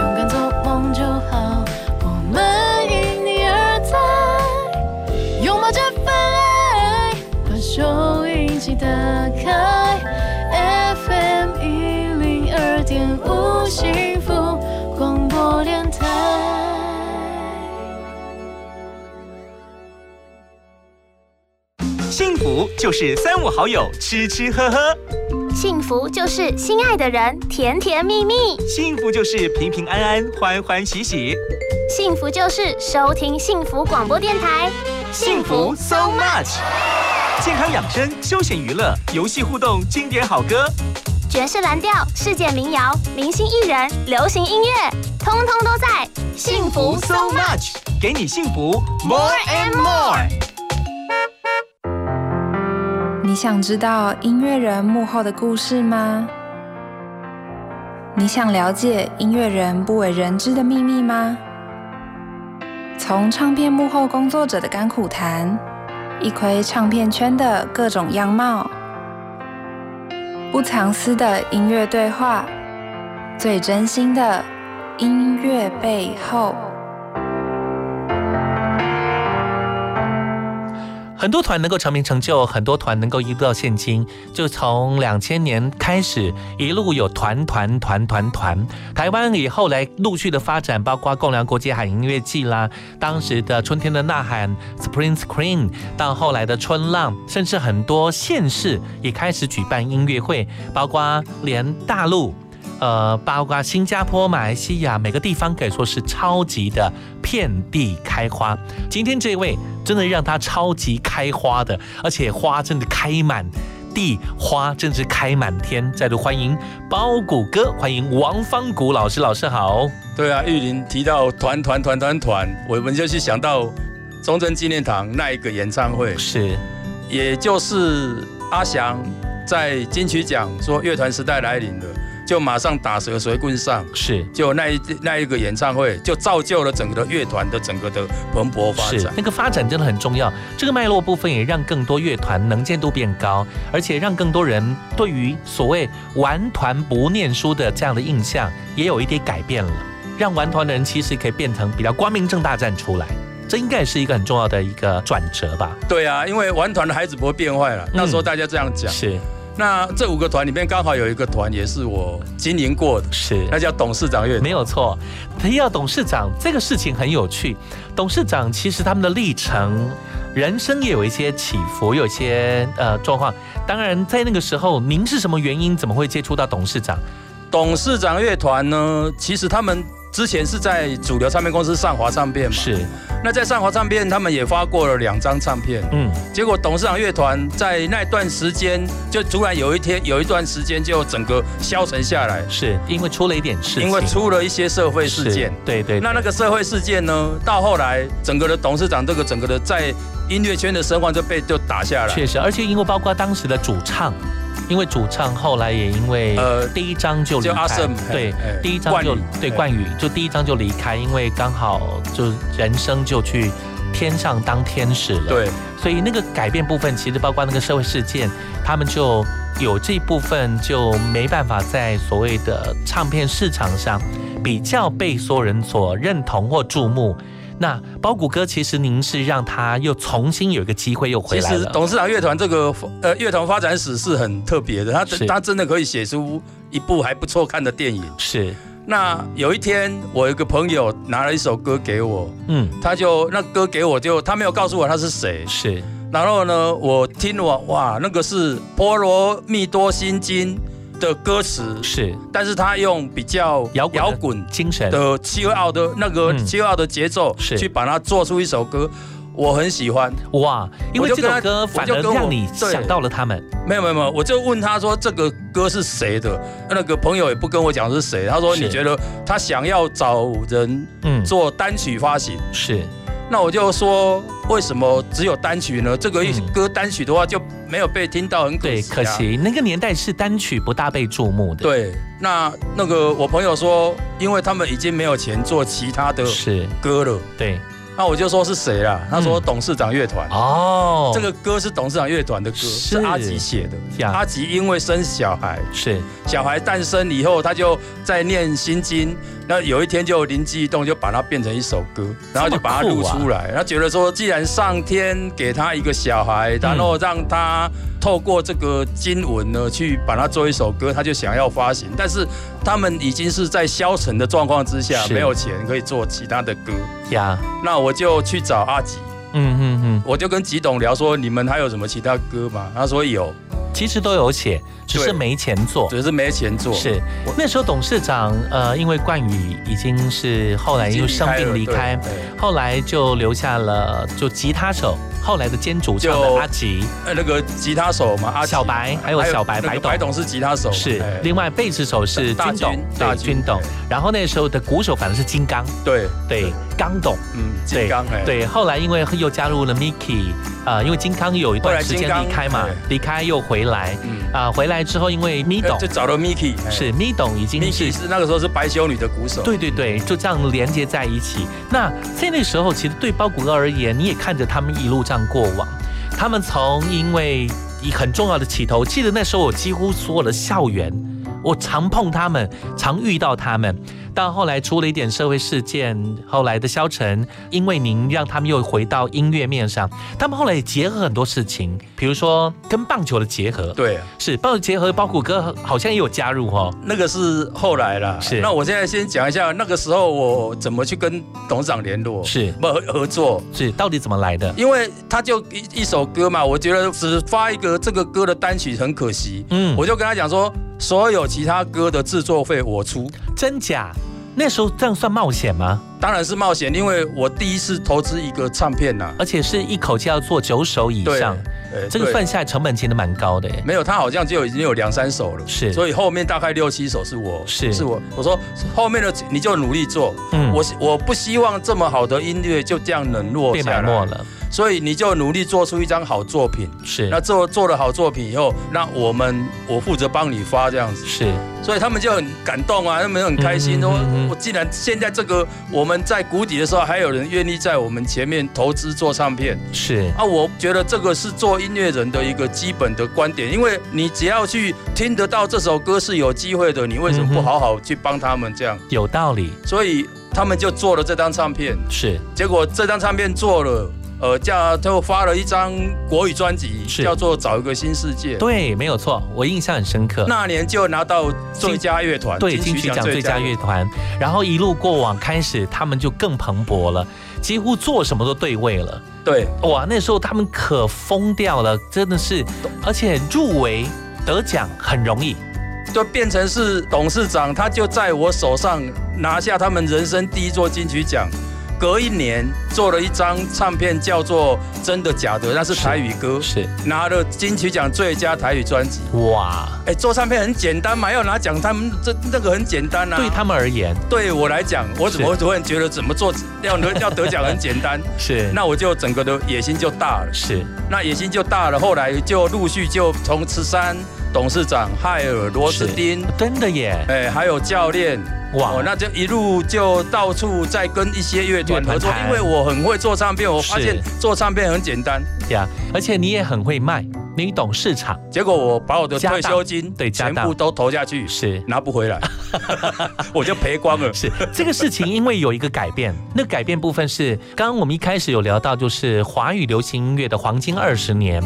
勇敢做梦就好，我们因你而在。拥抱这份爱，把收音机打开，FM 一零二点五幸福广播电台。
幸福就是三五好友吃吃喝喝，
幸福就是心爱的人甜甜蜜蜜，
幸福就是平平安安、欢欢喜喜。
幸福就是收听幸福广播电台，
幸福 so much，健康养生、休闲娱乐、游戏互动、经典好歌，
爵士蓝调、世界民谣、明星艺人、流行音乐，通通都在幸福 so much。
给你幸福 more and more。
你想知道音乐人幕后的故事吗？你想了解音乐人不为人知的秘密吗？从唱片幕后工作者的甘苦谈，一窥唱片圈的各种样貌，不藏私的音乐对话，最真心的音乐背后。
很多团能够成名成就，很多团能够一路到现今，就从两千年开始一路有团团团团团。台湾以后来陆续的发展，包括共良国际海音乐季啦，当时的春天的呐喊 （Spring Scream），到后来的春浪，甚至很多县市也开始举办音乐会，包括连大陆。呃，包括新加坡、马来西亚每个地方可以说是超级的遍地开花。今天这位真的让它超级开花的，而且花真的开满地，花真是开满天。再度欢迎包谷哥，欢迎王方谷老师，老师好。
对啊，玉林提到团团团团团，我们就去想到中正纪念堂那一个演唱会，
是，
也就是阿翔在金曲奖说乐团时代来临了，就马上打蛇随棍上，
是，
就那一那一个演唱会，就造就了整个乐团的整个的蓬勃发
是
展。
那个发展真的很重要。这个脉络部分也让更多乐团能见度变高，而且让更多人对于所谓玩团不念书的这样的印象也有一点改变了，让玩团的人其实可以变成比较光明正大站出来，这应该也是一个很重要的一个转折吧。
对啊，因为玩团的孩子不会变坏了，那时候大家这样讲。
嗯是。
那这五个团里面刚好有一个团也是我经营过的，
是
那叫董事长乐团，
没有错。提到董事长这个事情很有趣，董事长其实他们的历程。人生也有一些起伏，有一些呃状况。当然，在那个时候，您是什么原因，怎么会接触到董事长？
董事长乐团呢，其实他们之前是在主流唱片公司上华唱片嘛，
是。
那在上华唱片，他们也发过了两张唱片，
嗯，
结果董事长乐团在那段时间，就突然有一天有一段时间就整个消沉下来，
是因为出了一点事情，
因为出了一些社会事件
是，对对对
那那个社会事件呢，到后来整个的董事长这个整个的在音乐圈的声望就被就打下来，
确实，而且因为包括当时的主唱，因为主唱后来也因为呃第一张就离
就
开，
阿胜
对
哎哎，
第一张就
冠宇
对
哎
冠宇就第一张就离开，因为刚好就人生就去天上当天使了，
对，
所以那个改变部分其实包括那个社会事件，他们就有这部分就没办法在所谓的唱片市场上比较被所有人所认同或注目。那包谷哥，其实您是让他又重新有一个机会又回
其
来
实
了。
董事长乐团这个呃乐团发展史是很特别的，他
是
他真的可以写出一部还不错看的电影。
是，
那有一天我有一个朋友拿了一首歌给我，
嗯，
他就那歌给我就他没有告诉我他是谁，
是。
然后呢，我听我哇，那个是《波罗蜜多心经》的歌词，
是，
但是他用比较
摇滚的
摇滚
精神
的七奥的那个
嗯
七奥的节奏，
是
去把它做出一首歌，我很喜欢。
哇，因为
我就
这
跟
首
他
歌
我
反
就
而
跟我
让你
对
想到了他们。
没有没有没有，我就问他说这个歌是谁的，那个朋友也不跟我讲是谁，他说
是
你觉得他想要找人
嗯
做单曲发行，
是，
那我就说为什么只有单曲呢？这个一
嗯
歌单曲的话就没有被听到，很可
对，
惜、啊。
可惜那个年代是单曲不大被注目的。
对，那那个我朋友说，因为他们已经没有钱做其他的
是
歌了，
对。
那我就说是谁啦？他说董事长乐团。
哦
这个歌是董事长乐团的歌，是阿吉写的。
呀
阿吉因为生小孩，
是
小孩诞生以后，他就在念心经。那有一天就灵机一动，就把它变成一首歌，然后就把它录出来。他觉得说，既然上天给他一个小孩，然后让他透过这个经文呢，去把它做一首歌，他就想要发行。但是他们已经是在消沉的状况之下，
是
没有钱可以做其他的歌。
呀，
那我就去找阿吉，
嗯嗯嗯，
我就跟吉董聊说，你们还有什么其他歌吗？他说有，
其实都有写，只是没钱做，
只是没钱做。
是那时候董事长呃，因为冠宇已经是后来因为生病
已经
离开
离开了对，
后来就留下了就吉他手，后来的兼主唱
就
的阿吉，
呃，那个吉他手嘛，阿吉
小白还有小白
那个
白董
白董是吉他手嘛，
是
哎，
另外贝斯手是
大
军董
军，大
对，
军哎
军董
对。
然后那时候的鼓手反正是金刚，
对
对，刚董，
嗯，
对
金刚哎，
对。后来因为又加入了 Miki，啊，因为金刚有一
后
段
来
时
金
间
刚
离开嘛，离开又回来，
哎嗯
啊，回来之后因为 Mi
呃
董
就找了 Miki，哎
是 Mi 董已经是
，Miki 是那个时候是白修女的鼓手，
对对对，就这样连接在一起。那在那时候，其实对包谷哥而言，你也看着他们一路这样过往，他们从因为一很重要的起头，记得那时候我几乎所有的校园，我常碰他们，常遇到他们。到后来出了一点社会事件，后来的消沉，因为您让他们又回到音乐面上，他们后来也结合很多事情，比如说跟棒球的结合，
对，
是棒球结合，包谷哥好像也有加入哦，
那个是后来啦。
是
那我现在先讲一下那个时候我怎么去跟董事长联络，
是
不合合作，
是到底怎么来的？
因为他就一一首歌嘛，我觉得只发一个这个歌的单曲很可惜。
嗯
我就跟他讲说，所有其他歌的制作费我出，
真假？那时候这样算冒险吗？
当然是冒险，因为我第一次投资一个唱片啊呐、
而且是一口气要做九首以上
对，呃
这个
对
算下来成本其实蛮高的耶。
没有，他好像就已经有两三首了，
是
所以后面大概六七首是我，
是
是我，我说后面的你就努力做，
嗯
我我不希望这么好的音乐就这样冷落
被
下来
埋没了，
所以你就努力做出一张好作品，
是
那做做了好作品以后，那我们我负责帮你发这样子，
是
所以他们就很感动啊，他们很开心，说、
嗯
我既然现在这个我们在谷底的时候，还有人愿意在我们前面投资做唱片，
是
啊，我觉得这个是做音乐人的一个基本的观点，因为你只要去听得到这首歌是有机会的，你为什么不好好去帮他们这样？
有道理，
所以他们就做了这张唱片，
是
结果这张唱片做了，呃，叫就发了一张国语专辑，叫做《找一个新世界》。
对，没有错，我印象很深刻。
那年就拿到最佳乐团，
对金曲奖最佳乐团，然后一路过往开始，他们就更蓬勃了，几乎做什么都对位了。
对，
哇，那时候他们可疯掉了，真的是，而且入围得奖很容易。
就变成是董事长，他就在我手上拿下他们人生第一座金曲奖。隔一年做了一张唱片，叫做《真的假的》，那是台语歌，
是
拿了金曲奖最佳台语专辑。
哇！
哎，做唱片很简单嘛，要拿奖，他们这那个很简单啊。
对他们而言，
对我来讲，我怎么会突然觉得怎么做要得要得奖很简单？
是，
那我就整个的野心就大了。
是，
那野心就大了，后来就陆续就从十三。董事长海尔罗斯丁，
真的耶！
哎，还有教练，哇、哦，那就一路就到处在跟一些乐团合作，因为我很会做唱片，我发现做唱片很简单
呀，而且你也很会卖，你懂市场。
结果我把我的退休金
对
全部都投下去，
是
拿不回来，我就赔光了。
是这个事情，因为有一个改变，那改变部分是刚刚我们一开始有聊到，就是华语流行音乐的黄金二十年。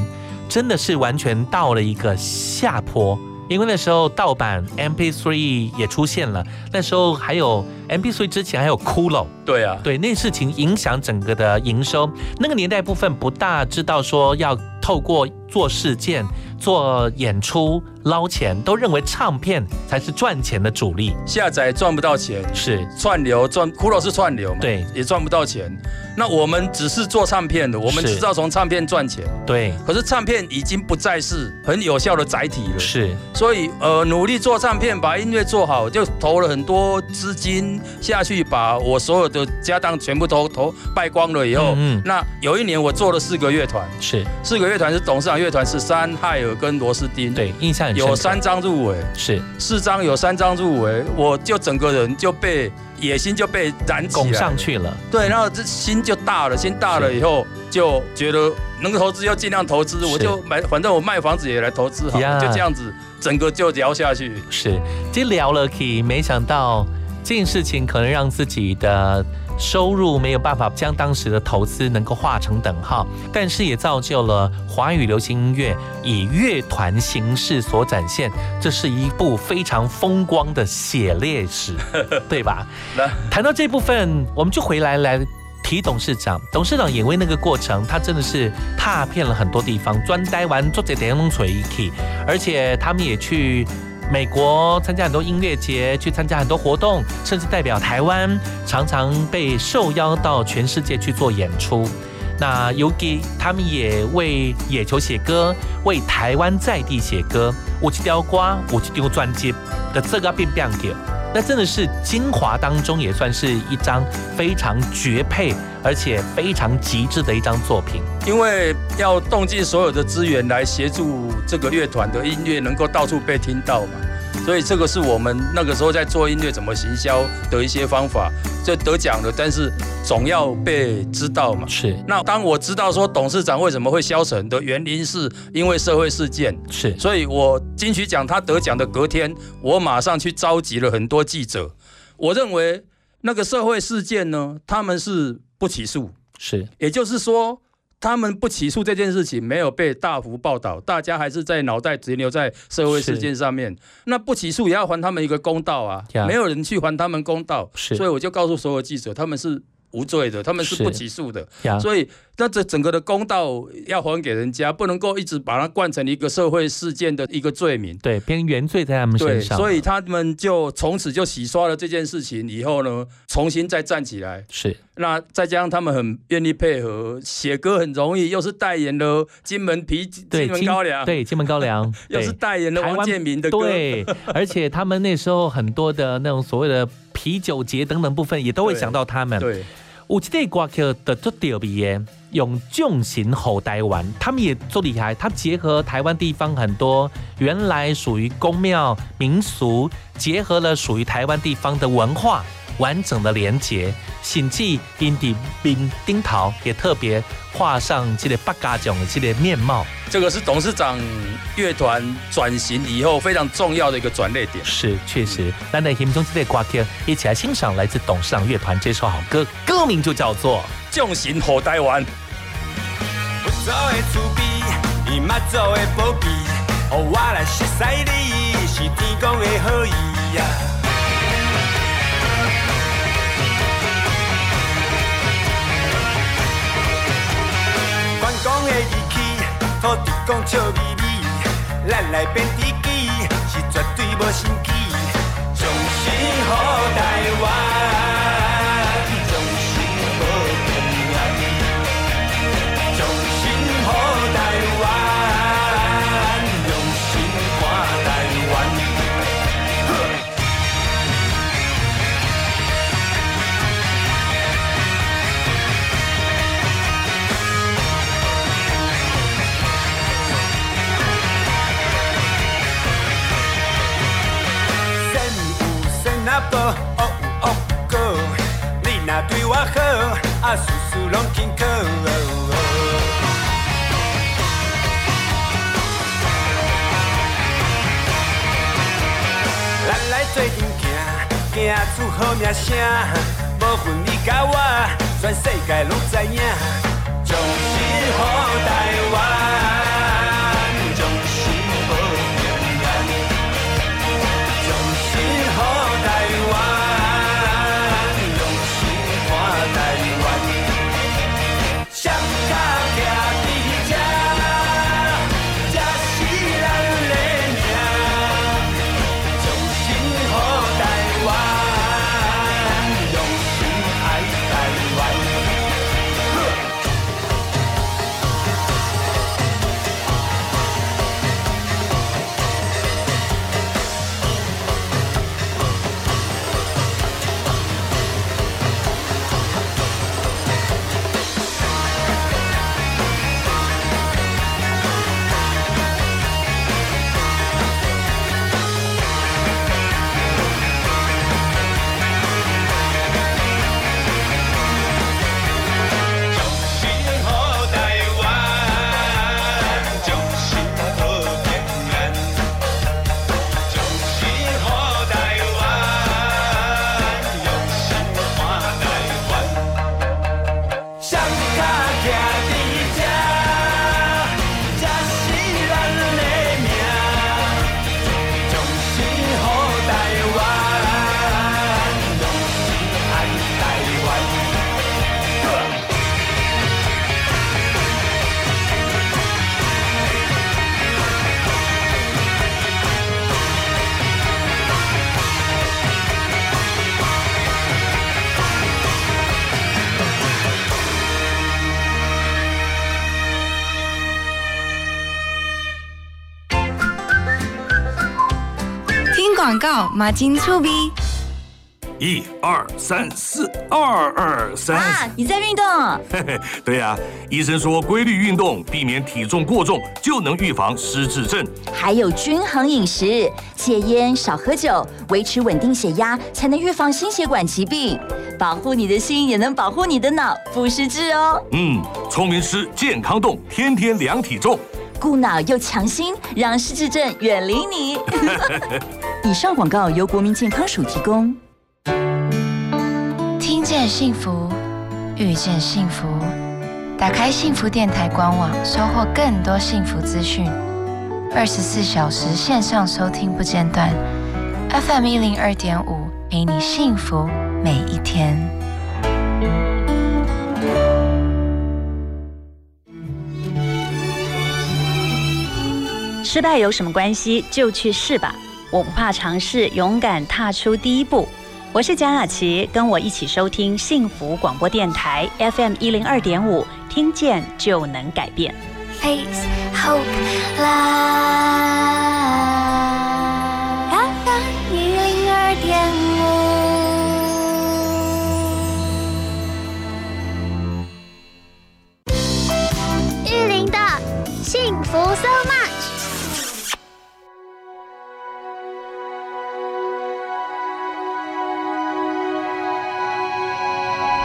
真的是完全到了一个下坡，因为那时候盗版 MP3 也出现了，那时候还有 MP3 之前还有骷髅，
对啊，
对那事情影响整个的营收。那个年代部分不大知道说要透过做事件、做演出捞钱，都认为唱片才是赚钱的主力。
下载赚不到钱，
是
串流赚，骷髅是串流嘛，
对，
也赚不到钱。那我们只是做唱片的，我们知道从唱片赚钱。
对。
可是唱片已经不再是很有效的载体了。
是。
所以呃，努力做唱片，把音乐做好，就投了很多资金下去，把我所有的家当全部都投败光了以后，嗯,嗯。那有一年我做了四个乐团。
是。
四个乐团是董事长乐团是三海尔跟罗斯丁。
对，印象
有三张入围。
是。
四张有三张入围，我就整个人就被。野心就被燃
拱上去了，
对，然后这心就大了，心大了以后就觉得能投资就尽量投资，我就买，反正我卖房子也来投资好，就这样子，整个就聊下去。
是，这聊了可以，没想到这件事情可能让自己的收入没有办法将当时的投资能够化成等号，但是也造就了华语流行音乐以乐团形式所展现，这是一部非常风光的血泪史，对吧？
来，
谈到这部分，我们就回来来提董事长。董事长也为那个过程，他真的是踏遍了很多地方，专呆完做这点弄锤一起，而且他们也去。美国参加很多音乐节，去参加很多活动，甚至代表台湾，常常被受邀到全世界去做演出。那 Yuki 他们也为野球写歌，为台湾在地写歌。我去雕瓜，我去丢专辑的这个变变给，那真的是精华当中也算是一张非常绝配，而且非常极致的一张作品。
因为要动尽所有的资源来协助这个乐团的音乐能够到处被听到嘛，所以这个是我们那个时候在做音乐怎么行销的一些方法。就得奖了，但是总要被知道嘛。
是。
那当我知道说董事长为什么会消沉的原因，是因为社会事件。
是。
所以我金曲奖他得奖的隔天，我马上去召集了很多记者。我认为那个社会事件呢，他们是不起诉。
是。
也就是说。他们不起诉这件事情没有被大幅报道，大家还是在脑袋停留在社会事件上面。那不起诉也要还他们一个公道啊！Yeah. 没有人去还他们公道，所以我就告诉所有记者，他们是无罪的，他们是不起诉的。
Yeah.
所以那这整个的公道要还给人家，不能够一直把它灌成一个社会事件的一个罪名。
对，偏原罪在他们身上。
所以他们就从此就洗刷了这件事情以后呢，重新再站起来。
是。
那再加上他们很愿意配合，写歌很容易，又是代言了金门啤、金门高粱，
对金门高粱，
又是代言了王建民的
歌，对，而且他们那时候很多的那种所谓的啤酒节等等部分，也都会想到他们。
对，
我记得瓜克的做第二笔耶，用重型吼台湾，他们也做厉害，他结合台湾地方很多原来属于宫庙民俗，结合了属于台湾地方的文化。完整的连结，甚至因地冰丁桃也特别画上这个八嘎囧的这个面貌。
这个是董事长乐团转型以后非常重要的一个转捩点。
是，确实。那在节目中这类瓜天，一起来欣赏来自董事长乐团这首好歌，歌名就叫做
《囧行火台湾》。
做的滋味，伊妈做的宝贝，予我来熟悉你，是天公的好意呀、关公的义气，土地公笑眯眯，咱来变知己，是绝对无心机，忠心好台湾，忠心好平安，忠心好台湾，用心看台湾。善有善啊报，
oh,
恶有恶果。你若对我好，啊事事拢轻巧。咱来做阵行，行出好名声。无分你甲我，全世界拢知影。忠心好台湾，忠心好平安。心好台湾，用心看台湾。双脚徛伫这，这是咱的命。用心好台湾，用心爱台湾。好台湾，忠心好平安，忠心好台湾，用心看台湾。双脚徛伫这，这是咱的命。忠心好台湾，用心爱台湾。
听广告马金醋逼。
一二三四，二二三
Ah,
啊，你在运动哦？
嘿嘿，对呀、医生说规律运动，避免体重过重，就能预防失智症。
还有均衡饮食，戒烟少喝酒，维持稳定血压，才能预防心血管疾病，保护你的心，也能保护你的脑，不失智哦。
嗯，聪明吃，健康动，天天量体重。
顾脑又强心，让失智症远离 你。以上广告由国民健康署提供。
听见幸福，遇见幸福。打开幸福电台官网，收获更多幸福资讯。二十四小时线上收听不间断，FM 一零二点五陪你幸福每一天。
失败有什么关系？就去试吧，我不怕尝试，勇敢踏出第一步。我是蒋雅琪，跟我一起收听幸福广播电台 FM 一零二点五，听见就能改变。
Face Hope Live FM 一零二点五。
玉林的幸福 so much。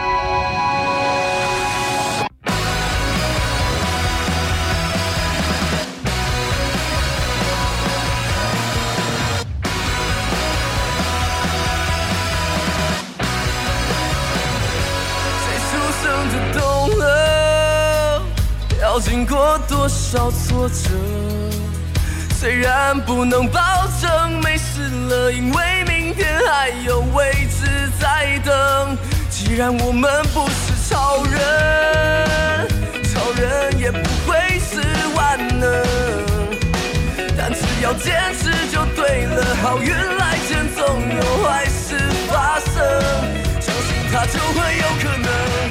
Hãy subscribe cho kênh Ghiền Mì Gõ Để không bỏ lỡ
经过多少挫折，虽然不能保证没事了，因为明天还有未知在等。既然我们不是超人，超人也不会是万能，但只要坚持就对了。好运来前总有坏事发生，相信它就会有可能。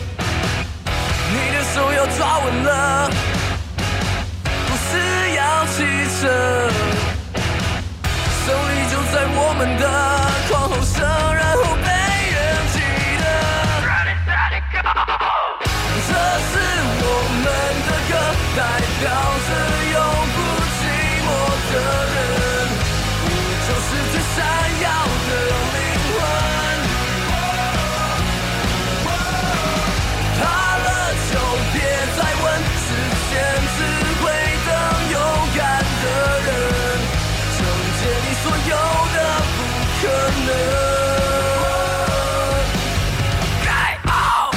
你的手要抓稳了，不是要启程，胜利就在我们的狂吼声，然后被人记得。这是我们的歌，代表着永不寂寞的人，你就是最闪耀的灵魂。怕了就别再问，时间只会等勇敢的人，终结你所有的不可能。盖奥，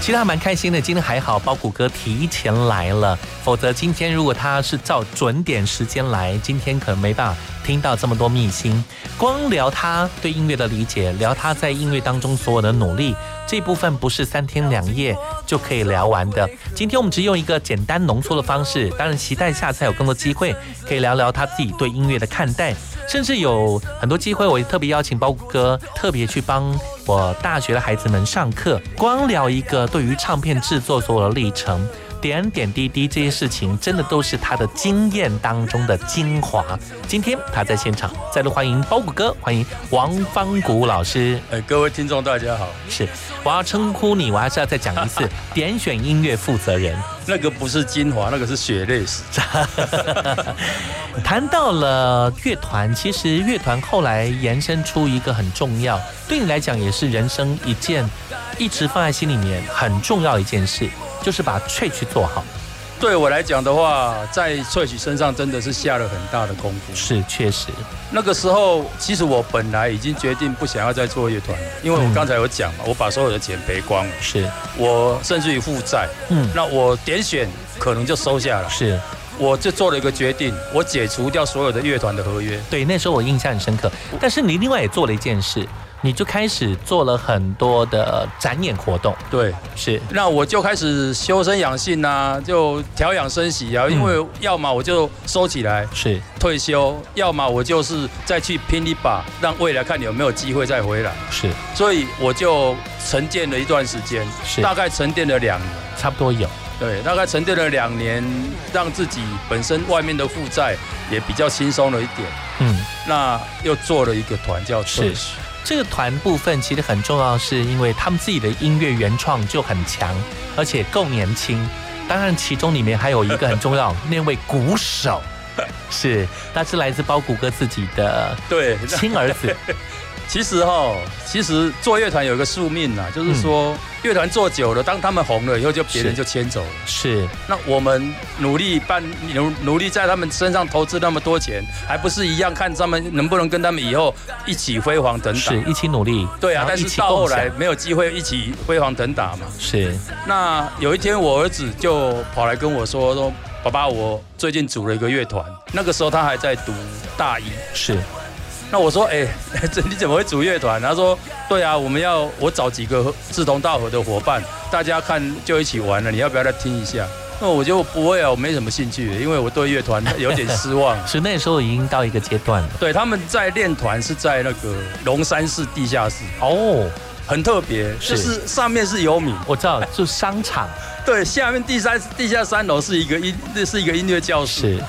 其实还蛮开心的，今天还好，包谷哥提前来了，否则今天如果他是照准点时间来，今天可能没办法听到这么多秘辛。光聊他对音乐的理解，聊他在音乐当中所有的努力，这部分不是三天两夜就可以聊完的。今天我们只用一个简单浓缩的方式，当然期待下次还有更多机会可以聊聊他自己对音乐的看待，甚至有很多机会，我也特别邀请包谷哥特别去帮我大学的孩子们上课，光聊一个对于唱片制作所有的历程。点点滴滴这些事情，真的都是他的经验当中的精华。今天他在现场，再度欢迎包谷哥，欢迎王方谷老师。
哎，各位听众大家好。
是，我要称呼你，我还是要再讲一次，点选音乐负责人。
那个不是精华，那个是血泪史。
谈到了乐团，其实乐团后来延伸出一个很重要，对你来讲也是人生一件一直放在心里面很重要的一件事，就是把 t 去做好。
对我来讲的话，在萃取身上真的是下了很大的功夫。
是，确实。
那个时候，其实我本来已经决定不想要再做乐团了，因为我刚才有讲嘛，我把所有的钱赔光了，
是
我甚至于负债。
嗯
嗯，那我点选可能就收下了。
是，
我就做了一个决定，我解除掉所有的乐团的合约。
对，那时候我印象很深刻。但是你另外也做了一件事，你就开始做了很多的展演活动。
对，
是
那我就开始修身养性啊，就调养生息啊，因为要么我就收起来
是
退休，要么我就是再去拼一把，让未来看有没有机会再回来。
是，
所以我就沉淀了一段时间，
是
大概沉淀了两年。
差不多有。
对，大概沉淀了两年，让自己本身外面的负债也比较轻松了一点。
嗯，
那又做了一个团叫
是
Trash
这个团部分其实很重要，是因为他们自己的音乐原创就很强，而且够年轻。当然，其中里面还有一个很重要，那位鼓 手是，那是来自包谷哥自己的
对
亲儿 子。
其实哈，其实做乐团有一个宿命呐、就是说乐团做久了，当他们红了以后，就别人
嗯是
就牵走了。
是
那我们努力办努努力在他们身上投资那么多钱，还不是一样看他们能不能跟他们以后一起辉煌等打？
是一起努力，
对啊
然，后
但
一
是
起
到后
共享
来没有机会一起辉煌等打嘛。
是
那有一天，我儿子就跑来跟我说：“说爸爸，我最近组了一个乐团。”那个时候他还在读大一。
是
那我说：“哎、 这你怎么会组乐团？”他说：“对啊，我们要我找几个志同道合的伙伴，大家看就一起玩了。你要不要来听一下？”那我就不会啊，我没什么兴趣，因为我对乐团 有点失望。
是那时候已经到一个阶段了。
对，他们在练团是在那个龙山寺地下室
哦，
很特别，就是是上面是游民，
我 知道，就商场，
对，下面第三地下三楼是一个音，是一个音乐教室
是。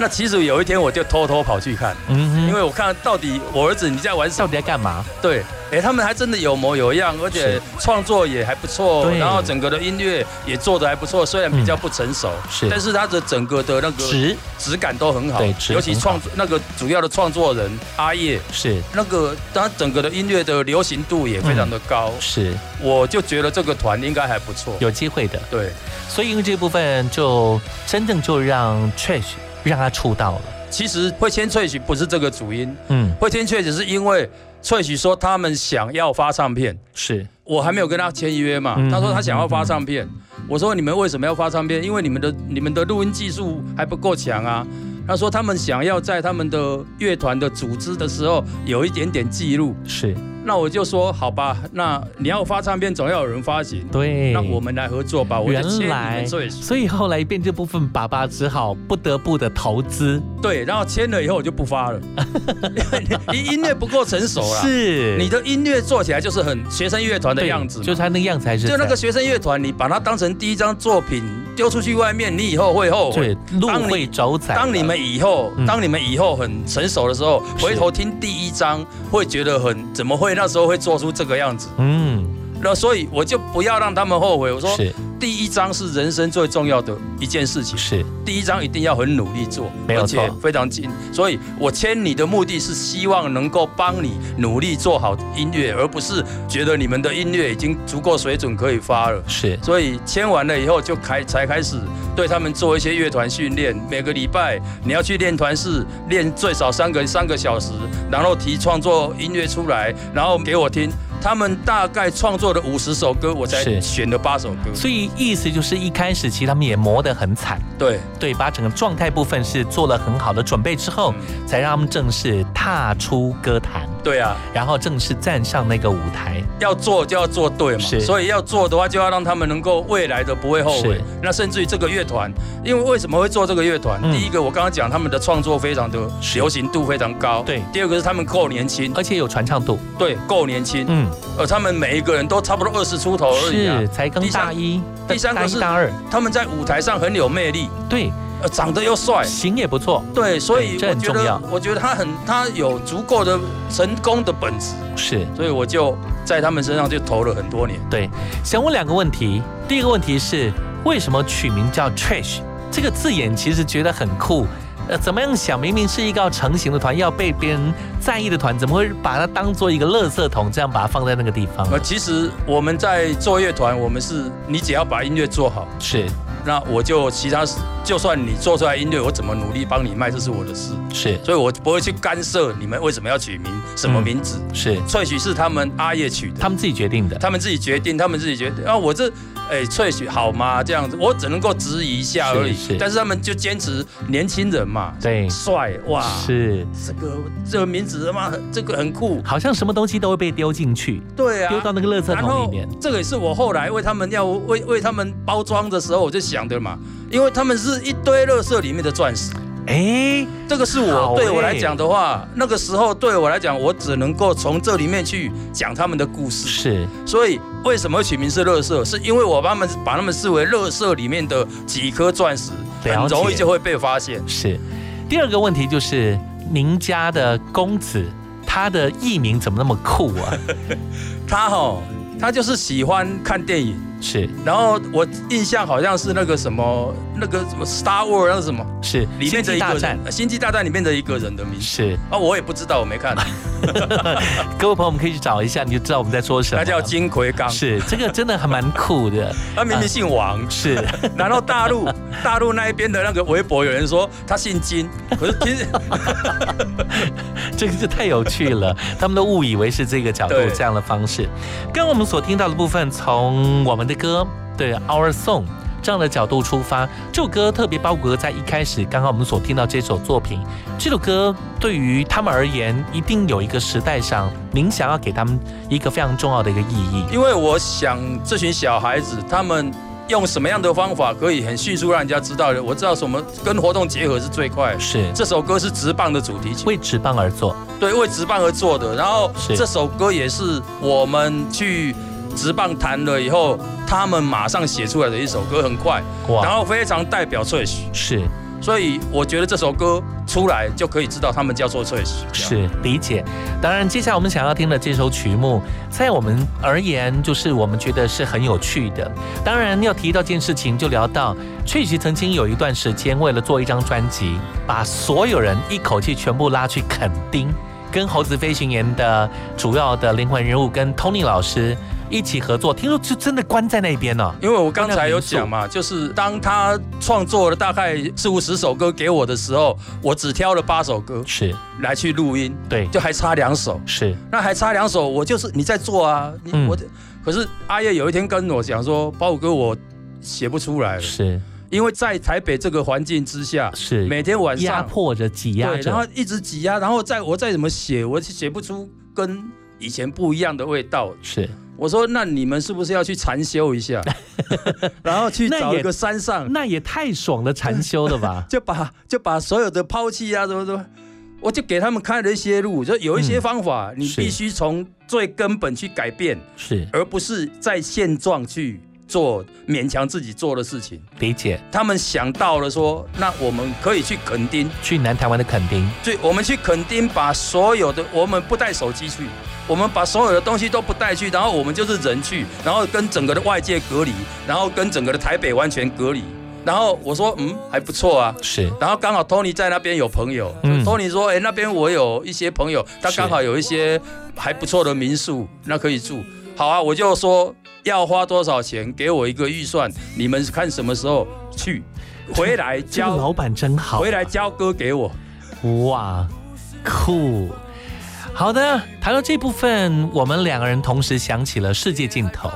那其实有一天我就偷偷跑去看，
嗯
因为我看到底我儿子你在玩什么，到
底在干嘛？
对，哎、他们还真的有模有样，而且
是
创作也还不错，
对嗯
然后整个的音乐也做得还不错，虽然比较不成熟，
是
但是他的整个的那个
质
质感都很好，
对质
尤其
很好
创作那个主要的创作人阿叶，
是
那个他整个的音乐的流行度也非
嗯
常的高，
是
我就觉得这个团应该还不错，
有机会的。
对，
所以因为这部分就真正就让 Trash 让他出道了。
其实会先萃取不是这个主因，
嗯，
会先萃取是因为萃取说他们想要发唱片，
是
我还没有跟他签约嘛
嗯，
他说他想要发唱片，我说你们为什么要发唱片？因为你们的你们的录音技术还不够强啊。他说他们想要在他们的乐团的组织的时候有一点点记录，
是
那我就说好吧，那你要发唱片总要有人发行，
对
那我们来合作吧，我就签你们
原来，
最
所以后来变这部分，爸爸只好不得不的投资。
对，然后签了以后我就不发 了， 因为音乐不够成熟啦。
是
你的音乐做起来就是很学生乐团的
对
样子嘛，
就是他那个样子还是
就那个
在
学生乐团，你把它当成第一张作品丢出去外面，你以后会后悔。
对路
当你
会走窄了
当你们以后，
嗯
当你们以后很成熟的时候，回头听第一张，会觉得很怎么会那时候会做出这个样子？
嗯，
那所以我就不要让他们后悔。我说
是，
第一张是人生最重要的一件事情，
是
第一张一定要很努力做，
没有
而
错
且非常精。所以我签你的目的是希望能够帮你努力做好音乐，而不是觉得你们的音乐已经足够水准可以发了。
是
所以签完了以后就开才开始对他们做一些乐团训练，每个礼拜你要去练团式，练最少三个三个小时，然后提创作音乐出来，然后给我听。他们大概创作了五十首歌，我才
是
选了八首歌。
所以意思就是一开始其实他们也磨得很惨，
对
对，把整个状态部分是做了很好的准备之后，
嗯
才让他们正式踏出歌坛，
对啊，
然后正式站上那个舞台，
要做就要做对嘛，
是
所以要做的话，就要让他们能够未来的不会后悔
是。
那甚至于这个乐团，因为为什么会做这个乐团？
嗯
第一个我刚刚讲他们的创作非常的流行度非常高，
对。
第二个是他们够年轻，
而且有传唱度，
对，够年轻，
嗯，
呃，他们每一个人都差不多二十出头而已啊
是，才刚
第三
大一，
第三
大
个
一
是
大二，
他们在舞台上很有魅力，
对，
呃，长得又帅，
型也不错，
对，所以
对这
我
很
觉
重要
得，我觉得他很，他有足够的成功的本质，
是。
所以我就在他们身上就投了很多年。
对，想问两个问题。第一个问题是，为什么取名叫 Trash 这个字眼？其实觉得很酷。呃，怎么样想？明明是一个要成型的团，要被别人在意的团，怎么会把它当做一个垃圾桶，这样把它放在那个地方？
呃，其实我们在做乐团，我们是你只要把音乐做好，
是，
那我就其他事，就算你做出来音乐，我怎么努力帮你卖，这是我的事，
是
所以我不会去干涉你们为什么要取名什么名字，
是
萃取是他们阿叶取的，
他们自己决定的，
他们自己决定，他们自己决定。啊，我这哎萃取好吗？这样子，我只能够质疑一下而已。
是是
但是他们就坚持年轻人嘛，
对，
帅哇，
是
这个这个名字他妈这个很酷，
好像什么东西都会被丢进去，
对啊，
丢到那个垃圾
然
桶
后
里面。
这个也是我后来为他们要为为他们包装的时候我就想的嘛，因为他们是一堆垃圾里面的钻石。
哎，
这个是
好
我对我
哎
来讲的话，那个时候对我来讲，我只能够从这里面去讲他们的故事。
是，
所以为什么会取名是“乐色”？是因为我把他们把他们视为乐色里面的几颗钻石，很
了解
容易就会被发现。
是。第二个问题就是，您家的公子他的艺名怎么那么酷 啊？
他哈、他就是喜欢看电影，
是
然后我印象好像是那个什么，那个什么 Star War 那个什么，
是
里面的一个
星际大战
人，呃星际大战里面的一个人的名字
是，
啊，我也不知道，我没 看。
各位朋友们可以去找一下，你就知道我们在说什么
他
了。
叫金奎刚，
是啊这个真的还蛮酷的。
他明明姓 王，
是。
然后大陆大陆那一边的那个微博有人说他姓金，可是其实
这个就太有趣了，他们都误以为是这个角度
对
这样的方式。刚刚我们所听到的部分，从我们的歌对 Our Song 这样的角度出发，这首歌特别包括在一开始刚刚我们所听到这首作品。这首歌对于他们而言，一定有一个时代上您想要给他们一个非常重要的一个意义。
因为我想这群小孩子他们用什么样的方法可以很迅速让人家知道的，我知道什么跟活动结合是最快的。
是
这首歌是直棒的主题曲，
为直棒而作，
对，为直棒而做的。然后
是
这首歌也是我们去直棒弹了以后，他们马上写出来的一首歌，很快，
哇
然后非常代表萃取。
是
所以我觉得这首歌出来就可以知道他们叫做萃取。
是理解。当然，接下来我们想要听的这首曲目，在我们而言，就是我们觉得是很有趣的。当然，要提到这件事情，就聊到确实曾经有一段时间，为了做一张专辑，把所有人一口气全部拉去垦丁，跟猴子飞行员的主要的灵魂人物跟 Tony 老师。一起合作，听说就真的关在那边哦呢、
因为我刚才有讲嘛，就是当他创作了大概四五十首歌给我的时候，我只挑了八首歌
是
来去录音，
对，
就还差两首，
是，
那还差两首，我就是你在做啊，你、
嗯
我的，可是阿叶有一天跟我讲说，包五哥我写不出来了，
是
因为在台北这个环境之下，
是
每天晚
压
上
迫着挤压
对，
着，
然后一直挤压，然后再我再怎么写，我写不出跟以前不一样的味道，
是
我说那你们是不是要去禅修一下， 然后去找一个山上，？
那也太爽了，禅修了吧
就把就把所有的抛弃啊，什么什么，我就给他们开了一些路，就有一些方法，你
嗯是
必须从最根本去改变，
是
而不是在现状去做勉强自己做的事情。
理解，
他们想到了说，那我们可以去垦丁，
去南台湾的垦丁，
对，我们去垦丁把所有的，我们不带手机去，我们把所有的东西都不带去，然后我们就是人去，然后跟整个的外界隔离，然后跟整个的台北完全隔离。然后我说，嗯，还不错啊。
是
然后刚好 Tony 在那边有朋友，
嗯
Tony 说，哎，那边我有一些朋友，他
是
刚好有一些还不错的民宿，那可以住。好啊，我就说要花多少钱，给我一个预算，你们看什么时候去，回来
这个
交，
老板真好，啊
回来交歌给我。
哇，酷！好的，谈到这部分，我们两个人同时想起了《世界尽头》，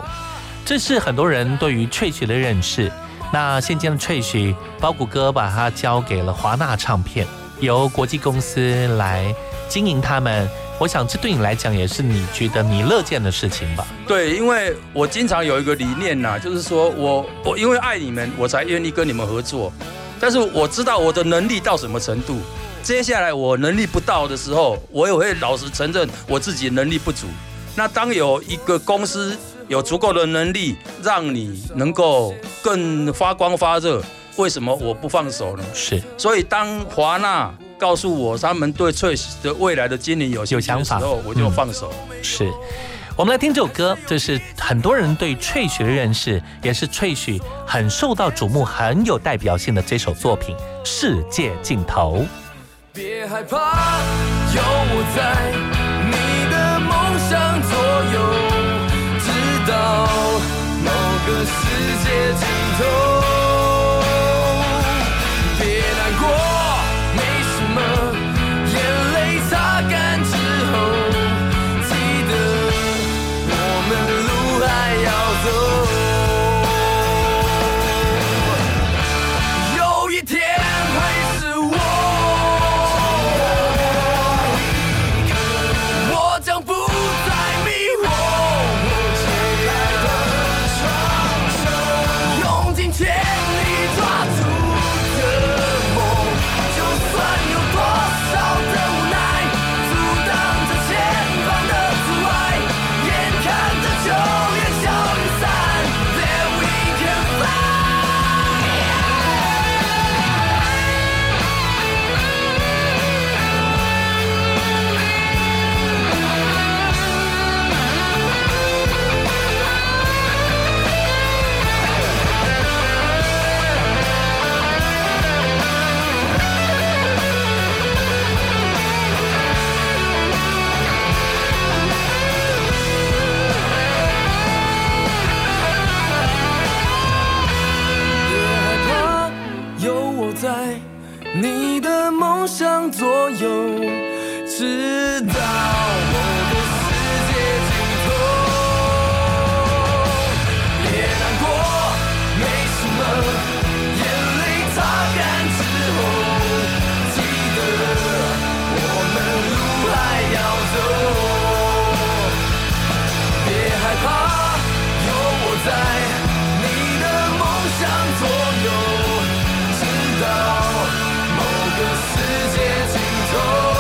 这是很多人对于萃取的认识。那现今的萃取，包谷哥把它交给了华纳唱片，由国际公司来经营他们。我想这对你来讲也是你觉得你乐见的事情吧？
对，因为我经常有一个理念呐、就是说我我因为爱你们，我才愿意跟你们合作。但是我知道我的能力到什么程度，接下来我能力不到的时候，我也会老实承认我自己能力不足。那当有一个公司有足够的能力让你能够更发光发热，为什么我不放手呢？
是，
所以当华纳告诉我他们对 t r 的未来的经营有信心的时候，我就放手。
是。我们来听这首歌，这是很多人对萃取的认识，也是萃取很受到瞩目、很有代表性的这首作品《世界尽头》。
别害怕，有我在，你的梦想左右，直到某个世界尽头。别难过，没什么，眼泪擦干之后，记得我们路还要走。有一天会是我，我将不再迷惑。用尽全力抓住的梦，就算有多少的无奈，阻挡着前方的阻碍，眼看着就烟消云散。Then we can fly. 怕有我在，你的梦想左右，直到某个世界尽头。别难过，没什么，眼泪擦干之后，记得我们路还要走。别害怕，有我在。你的梦想左右，直到某个世界尽头。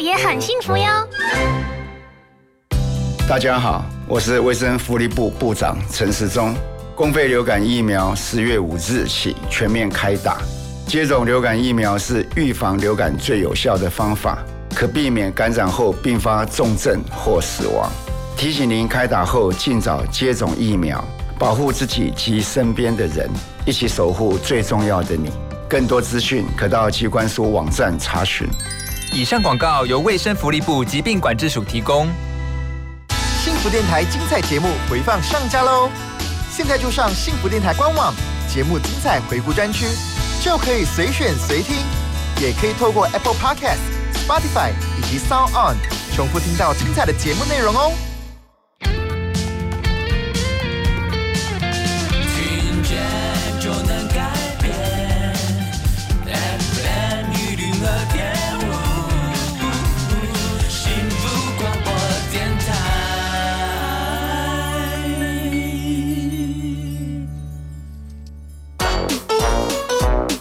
也很幸福哟。
大家好，我是卫生福利部部长陈时中。公费流感疫苗十月五日起全面开打，接种流感疫苗是预防流感最有效的方法，可避免感染后并发重症或死亡。提醒您开打后尽早接种疫苗，保护自己及身边的人，一起守护最重要的你。更多资讯可到机关署网站查询。
以上广告由卫生福利部疾病管制署提供。
幸福电台精彩节目回放上架喽！现在就上幸福电台官网节目精彩回顾专区，就可以随选随听，也可以透过 Apple Podcast、Spotify 以及 Sound On 重复听到精彩的节目内容哦。
听见就能改变。FM 一零二点五，幸福广播电台。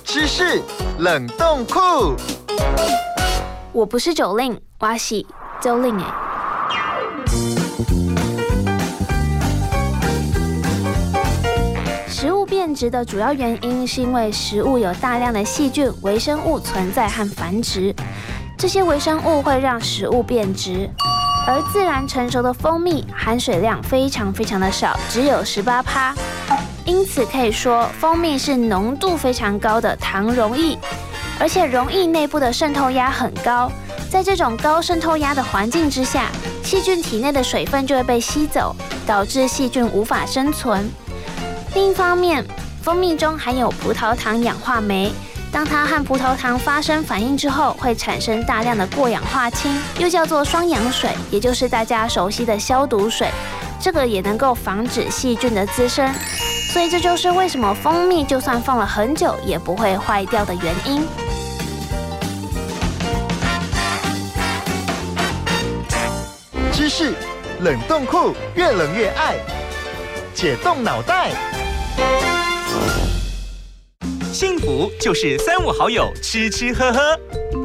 知识冷冻库，
我不是九令，我是周令哎。食物变质的主要原因是因为食物有大量的细菌、微生物存在和繁殖，这些微生物会让食物变质。而自然成熟的蜂蜜含水量非常非常的少，只有十八趴，因此可以说蜂蜜是浓度非常高的糖溶液，而且溶液内部的渗透压很高。在这种高渗透压的环境之下，细菌体内的水分就会被吸走，导致细菌无法生存。另一方面，蜂蜜中含有葡萄糖氧化酶，当它和葡萄糖发生反应之后，会产生大量的过氧化氢，又叫做双氧水，也就是大家熟悉的消毒水。这个也能够防止细菌的滋生，所以这就是为什么蜂蜜就算放了很久也不会坏掉的原因。
知识冷冻库越冷越爱，解冻脑袋。
幸福就是三五好友吃吃喝喝，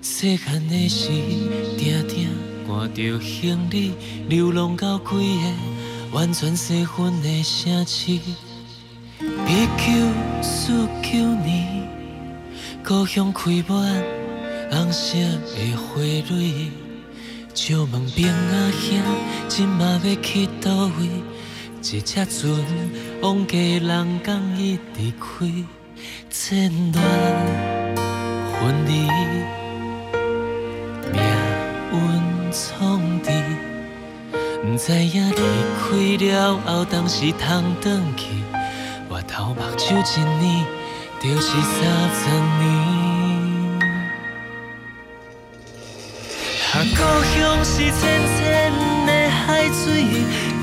细汉的时，定定看着行李流浪到几个完全西分的城市。一九四九年，故乡开满红色的花蕊。借问兵仔兄，今嘛要去倒位？一只船往家人港一直开，战乱分离，命运创治，毋知影离开了后，当时通转去，我头目睭一年，就是三十年。啊，故乡是浅浅的海水，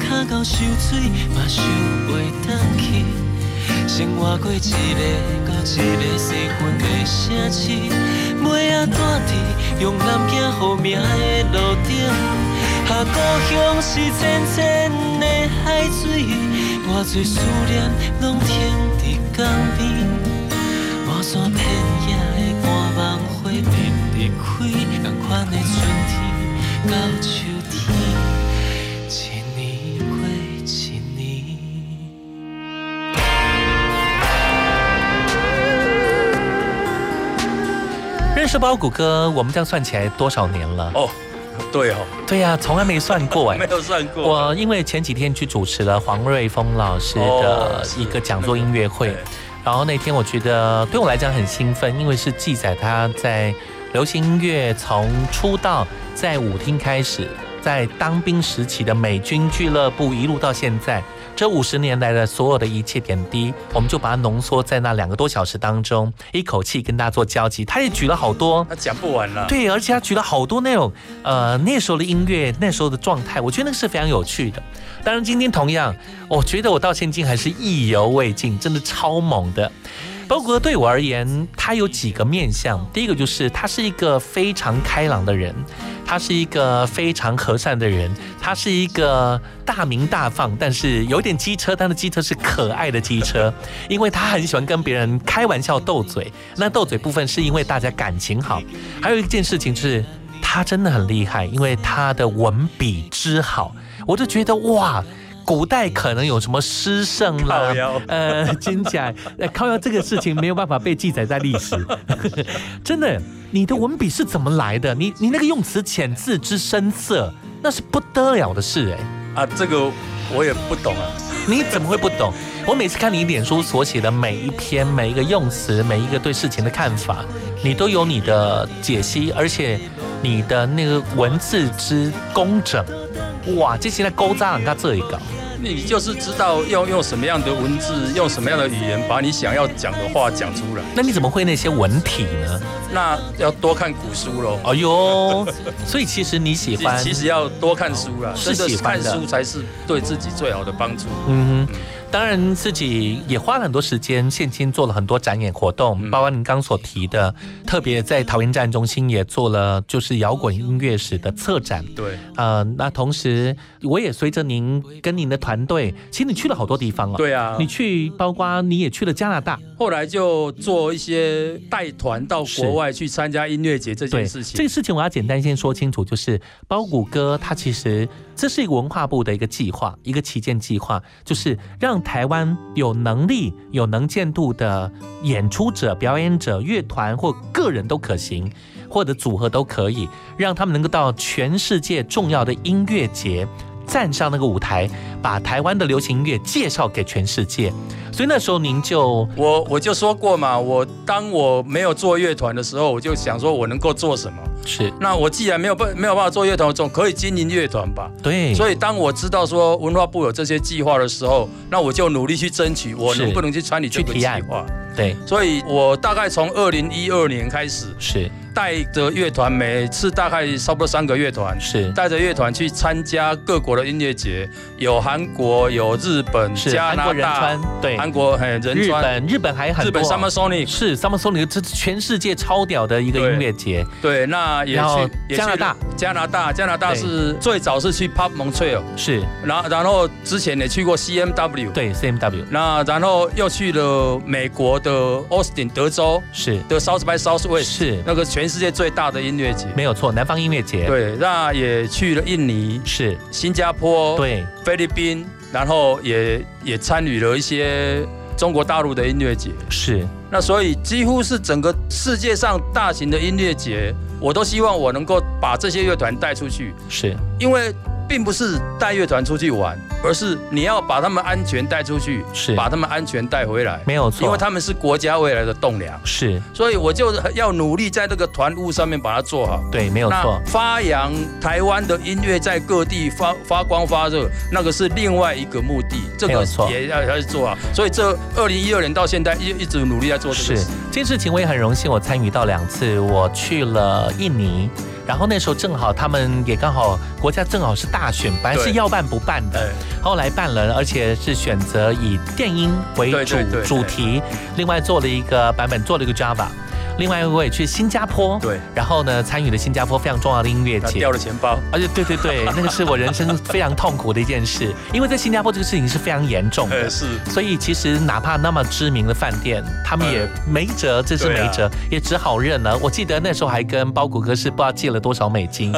脚到受水嘛受袂转去。生活过一个到一个细分的城市，尾仔住伫用南京号名的路顶。啊，故乡是浅浅的海水，偌侪思念拢停伫江边。满山遍野的寒梦花面离开，同款的春天到秋天，一年过一年。
认识包谷哥，我们这样算起来多少年了？
哦，对哦，
对呀、从来没算过哎
没。有算过。
我因为前几天去主持了黄瑞峰老师的
哦
一个讲座音乐会，然后那天我觉得对我来讲很兴奋，因为是记载他在流行音乐从出道在舞厅开始，在当兵时期的美军俱乐部一路到现在。这五十年来的所有的一切点滴，我们就把它浓缩在那两个多小时当中，一口气跟大家做交集。他也举了好多，
他讲不完了。
对，而且他举了好多那种呃那时候的音乐，那时候的状态，我觉得那个是非常有趣的。当然，今天同样，我觉得我到现今还是意犹未尽，真的超猛的。包括对我而言，他有几个面相。第一个就是他是一个非常开朗的人，他是一个非常和善的人，他是一个大名大放，但是有点机车，但是机车是可爱的机车，因为他很喜欢跟别人开玩笑斗嘴。那斗嘴部分是因为大家感情好，还有一件事情就是他真的很厉害，因为他的文笔之好，我就觉得哇。古代可能有什么诗圣啦
靠腰，
呃，金甲，呃，靠腰这个事情没有办法被记载在历史， 真的，你的文笔是怎么来的？你你那个用词遣字之深涩，那是不得了的事哎、
啊，这个我也不懂啊。
你怎么会不懂？我每次看你脸书所写的每一篇、每一个用词、每一个对事情的看法，你都有你的解析，而且你的那个文字之工整，哇，这些在勾扎人家这一搞。
你就是知道要用什么样的文字，用什么样的语言，把你想要讲的话讲出来。
那你怎么会那些文体呢？
那要多看古书喽。
哎呦，所以其实你喜欢，
其实要多看书啦，
是
真的
喜
是
欢
看
的
书才是对自己最好的帮助。
嗯哼，当然自己也花了很多时间，现今做了很多展演活动，包括您刚所提的，特别在桃园站中心也做了就是摇滚音乐史的策展。
对，
呃，那同时我也随着您跟您的团队，其实你去了好多地方啊。
对啊
你去，包括你也去了加拿大。
后来就做一些带团到国外去参加音乐节这
对
件事情。
这个事情我要简单先说清楚，就是包谷哥他其实这是一个文化部的一个计划，一个旗舰计划，就是让台湾有能力、有能见度的演出者、表演者、乐团或个人都可行，或者组合都可以，让他们能够到全世界重要的音乐节。站上那个舞台，把台湾的流行音乐介绍给全世界。所以那时候您就
我我就说过嘛，我当我没有做乐团的时候，我就想说我能够做什么。
是
那我既然没有办没有办法做乐团，我总可以经营乐团吧。
对，
所以当我知道说文化部有这些计划的时候，那我就努力去争取，我
是
能不能去参与这
去
个
提
计
案
划。
对
所以我大概从二零一二年开始，
是
带着乐团，每次大概差不多三个乐团，
是
带着乐团去参加各国的音乐节，有韩国，有日本、
是
加
韩
拿
国仁
大
川，对
韩国嘿仁
日
川
本，啊日本还很多
日本 Summer Sonic
是 Summer Sonic，这是全世界超屌的一个音乐节。
对，那也
然后
去也去
加拿大，
加拿大，加拿大
对
是最早是去 Pop Montreal，
是，
然后然后之前也去过 CMW，
对 CMW，
那然后又去了美国的 Austin 德州，
是
的 South by Southwest，
是
那个全世界最大的音乐节，
没有错，南方音乐节。
对，那也去了印尼，
是
新加坡，
对，
菲律宾，然后也也参与了一些中国大陆的音乐节。
是
那所以几乎是整个世界上大型的音乐节，我都希望我能够把这些乐团带出去，
是
因为并不是带乐团出去玩，而是你要把他们安全带出去，
是
把他们安全带回来，
没有错
因为他们是国家未来的栋梁。
是，
所以我就要努力在这个团务上面把它做好。
对，没有错
那，发扬台湾的音乐在各地发发光发热，那个是另外一个目的，这
没有
个
错
也要要去做啊。所以这二零一二年到现在一一直努力在做这
是
个事。
这件事情我也很荣幸，我参与到两次，我去了印尼。然后那时候正好他们也刚好国家正好是大选，本来是
对哎
要办不办的，后来办了，而且是选择以电音为
对
主
对对
主
对
题，另外做了一个版本，做了一个 Java。另外我也去新加坡，
对，
然后呢参与了新加坡非常重要的音乐
他
节，
掉了钱包，
而且对对对，那个是我人生非常痛苦的一件事，因为在新加坡这个事情是非常严重的，
呃 是
所以其实哪怕那么知名的饭店，他们也没辙，这是
对
没
啊
辙，也只好认了。我记得那时候还跟包谷哥是不知道借了多少美 金，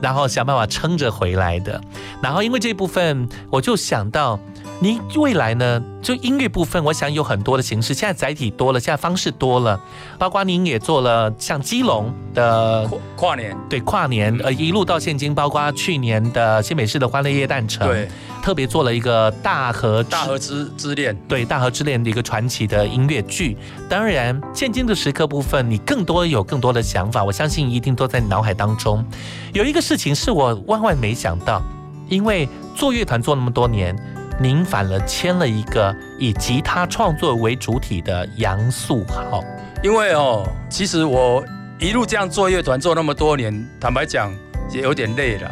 然后想办法撑着回来的。然后因为这部分，我就想到。你未来呢？就音乐部分，我想有很多的形式。现在载体多了，现在方式多了，包括您英也做了像基隆的
跨年，
对跨年，
嗯
呃，一路到现今，包括去年的新北市的欢乐夜诞城，
对，
特别做了一个大河
大河之之恋，
对大河之恋的一个传奇的音乐剧。当然，现今的时刻部分，你更多有更多的想法，我相信一定都在你脑海当中。有一个事情是我万万没想到，因为做乐团做那么多年，您反而签了一个以吉他创作为主体的杨素豪。
因为哦，其实我一路这样做乐团做那么多年，坦白讲也有点累了。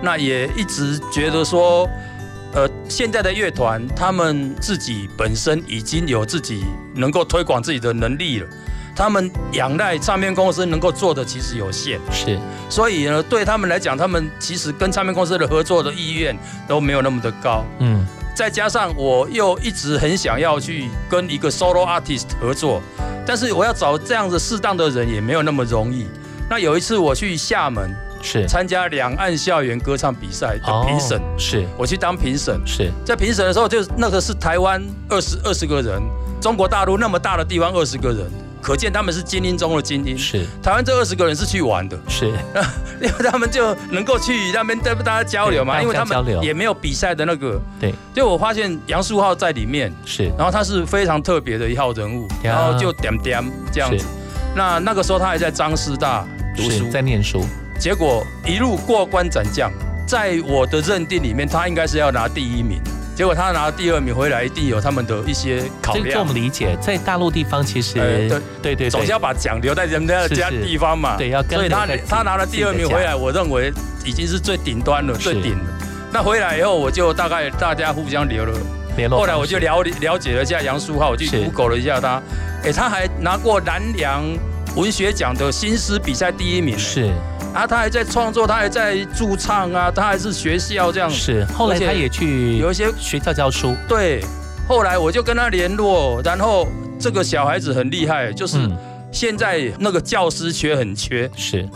那也一直觉得说，呃，现在的乐团他们自己本身已经有自己能够推广自己的能力了，他们仰赖唱片公司能够做的其实有限，
是，
所以呢，对他们来讲，他们其实跟唱片公司的合作的意愿都没有那么的高。
嗯，
再加上我又一直很想要去跟一个 solo artist 合作，但是我要找这样子适当的人也没有那么容易。那有一次我去厦门，
是
参加两岸校园歌唱比赛的评审，
哦是
我去当评审，
是
在评审的时候，就是那个是台湾二十二十个人，中国大陆那么大的地方二十个人，可见他们是精英中的精英。
是
台湾这二十个人是去玩的，
是，
因为他们就能够去那边跟大家交流嘛，
对
因为他
大家交
们
流
也没有比赛的那个。
对，
就我发现杨树浩在里面，
是，
然后他是非常特别的一号人物，
呀
然后就点点这样
是
子。那那个时候他还在张师大读
是
书，
在念书，
结果一路过关斩将，在我的认定里面，他应该是要拿第一名。结果他拿第二名回来，一定有他们的一些考
这个这我
量
们。理解，在大陆地方其实、
呃对
对对对，
总是要把奖留在人家的
是
家
是
地方嘛。
对要跟
所以他
留在自己
他拿了第二名回
自己的
来，
家
我认为已经是最顶端了，最顶了。那回来以后，我就大概大家互相留了
联络
后
方式。
来我就了了解了一下杨树浩，我去
是
Google 了一下他，哎，他还拿过南洋文学奖的新诗比赛第一名。
是
啊，他还在创作，他还在驻唱啊，他还是学校这样。
是，后来
而且
他也去
有一些
学校教书，
对，后来我就跟他联络，然后这个小孩子很厉害，就是
嗯
现在那个教师缺很缺，
是，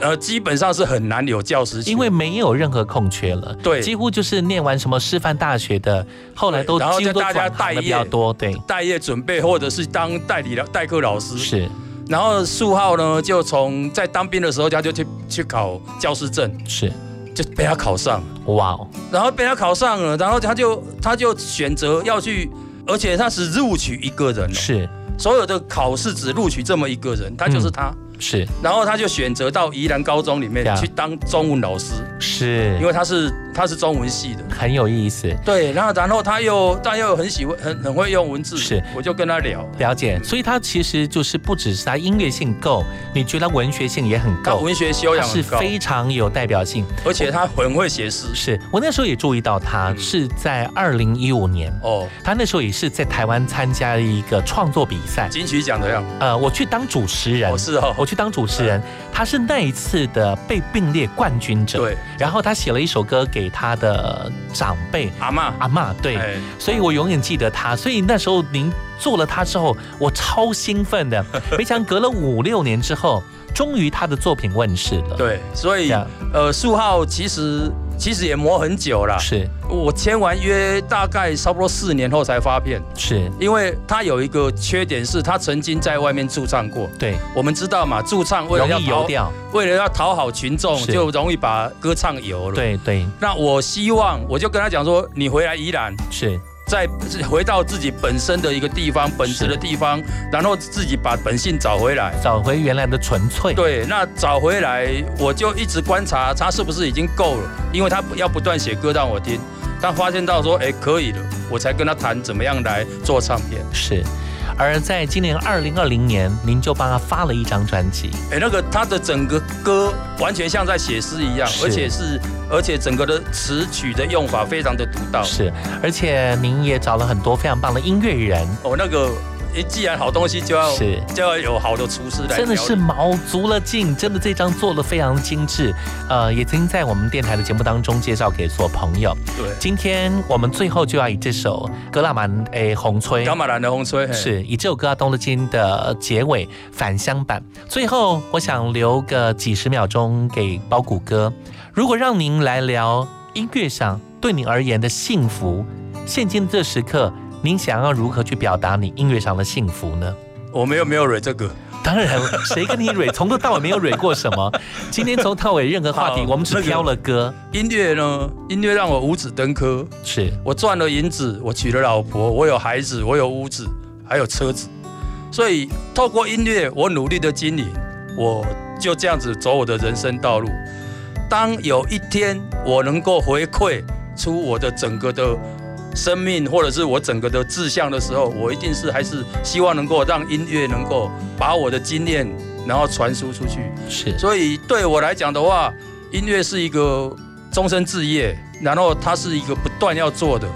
呃，基本上是很难有教师缺，
因为没有任何空缺了，
对
几乎就是念完什么师范大学的，后来都
然后
几
在
乎都
大家
转行
待
的比较
业
多，对，
待业准备或者是当代理老代课老师。
是
然后树浩呢，就从在当兵的时候他就去去考教师证，
是，
就被他考上。
哇哦，
然后被他考上了，然后他就他就选择要去，而且他是录取一个人、哦，
是嗯
所有的考试只录取这么一个人，他就是他。
是
然后他就选择到宜兰高中里面
呀
去当中文老师，
是，
因为他是他是中文系的。
很有意思。
对，然后然后他又他又很喜欢很很会用文字，
是，
我就跟他聊，
了解，所以他其实就是不只是他音乐性够，你觉得他文学性也很
他
够，
文学修养
他是
很高，
非常有代表性。
而且他很会写诗。
是我那时候也注意到他是在二零一五年
嗯哦，
他那时候也是在台湾参加了一个创作比赛，
金曲奖的样子，
呃，我去当主持人，
哦是哦
我去当主持人，他是那一次的被并列冠军者，
对，
然后他写了一首歌给他的长辈
阿嬷
阿嬷，对，
哎
所以我永远记得他，所以那时候您做了他之后，我超兴 奋的，没想到隔了五六年之后，终于他的作品问世了，
对，所以
呀
呃，树浩其实其实也磨很久了，
是
我签完约大概差不多四年后才发片，
是，
因为他有一个缺点是，他曾经在外面驻唱过。
对，
我们知道嘛，驻唱为了要
容易游
讨
掉，
为了要讨好群众，
是
就容易把歌唱游了。，
对对
那我希望我就跟他讲说，你回来宜兰，
是
再回到自己本身的一个地方、本职的地方，然后自己把本性找回来。
找回原来的纯粹，
对，那找回来，我就一直观察他是不是已经够了，因为他要不断写歌让我听。但发现到说，哎，可以了，我才跟他谈怎么样来做唱片。
是。而在今年二零二零年，您就帮他发了一张专辑，
哎，那个他的整个歌完全像在写诗一样，
是
而且是而且整个的词曲的用法非常的独到。
是，而且您也找了很多非常棒的音乐人，
哦，那个诶既然好东西就要
是
就要有好的厨师来
真的
调理
是卯足了劲，真的这张做的非常精致，呃，也曾经在我们电台的节目当中介绍给所有朋友。
对
今天我们最后就要以这首《格拉曼诶红吹》
伽马兰的风吹。嘿
是以这首歌到《东乐金》的结尾返乡版。最后，我想留个几十秒钟给包谷哥。如果让您来聊音乐上对你而言的幸福，现今这时刻，您想要如何去表达你音乐上的幸福呢？
我们又没有蕊这个。
当然，谁跟你蕊？从头到尾没有蕊过什么。今天从头到尾任何话题，我们只挑了歌。
音乐呢？音乐让我五子登科，
是
我赚了银子，我娶了老婆，我有孩子，我有屋子，还有车子。所以透过音乐，我努力的经营，我就这样子走我的人生道路。当有一天我能够回馈出我的整个的生命，或者是我整个的志向的时候，我一定是还是希望能够让音乐能够把我的经验，然后传输出去。
是，
所以对我来讲的话，音乐是一个终身置业，然后它是一个不断要做的。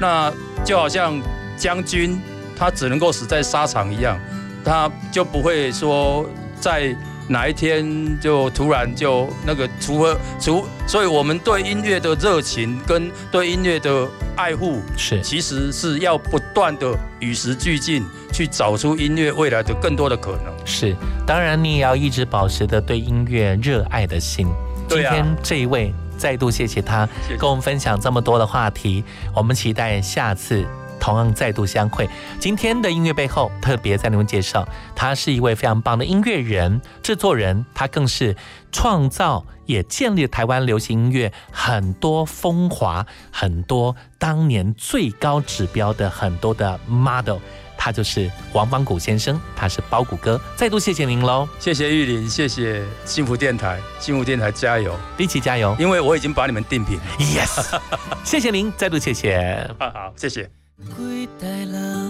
那就好像将军他只能够死在沙场一样，他就不会说在。哪一天就突然就那个，除了除，所以我们对音乐的热情跟对音乐的爱护，
是
其实是要不断的与时俱进，去找出音乐未来的更多的可能。
是，当然你也要一直保持着对音乐热爱的心。
对啊
今天这一位再度谢谢他跟我们分享这么多的话题，我们期待下次。同样再度相会。今天的音乐背后，特别在你们介绍，他是一位非常棒的音乐人、制作人，他更是创造也建立了台湾流行音乐很多风华、很多当年最高指标的很多的 model。他就是王邦谷先生，他是包谷哥。再度谢谢您喽，
谢谢玉林，谢谢幸福电台，幸福电台加油，
一起加油！
因为我已经把你们定品。
Yes，谢谢您，再度谢谢。
好好，谢谢。
几代人，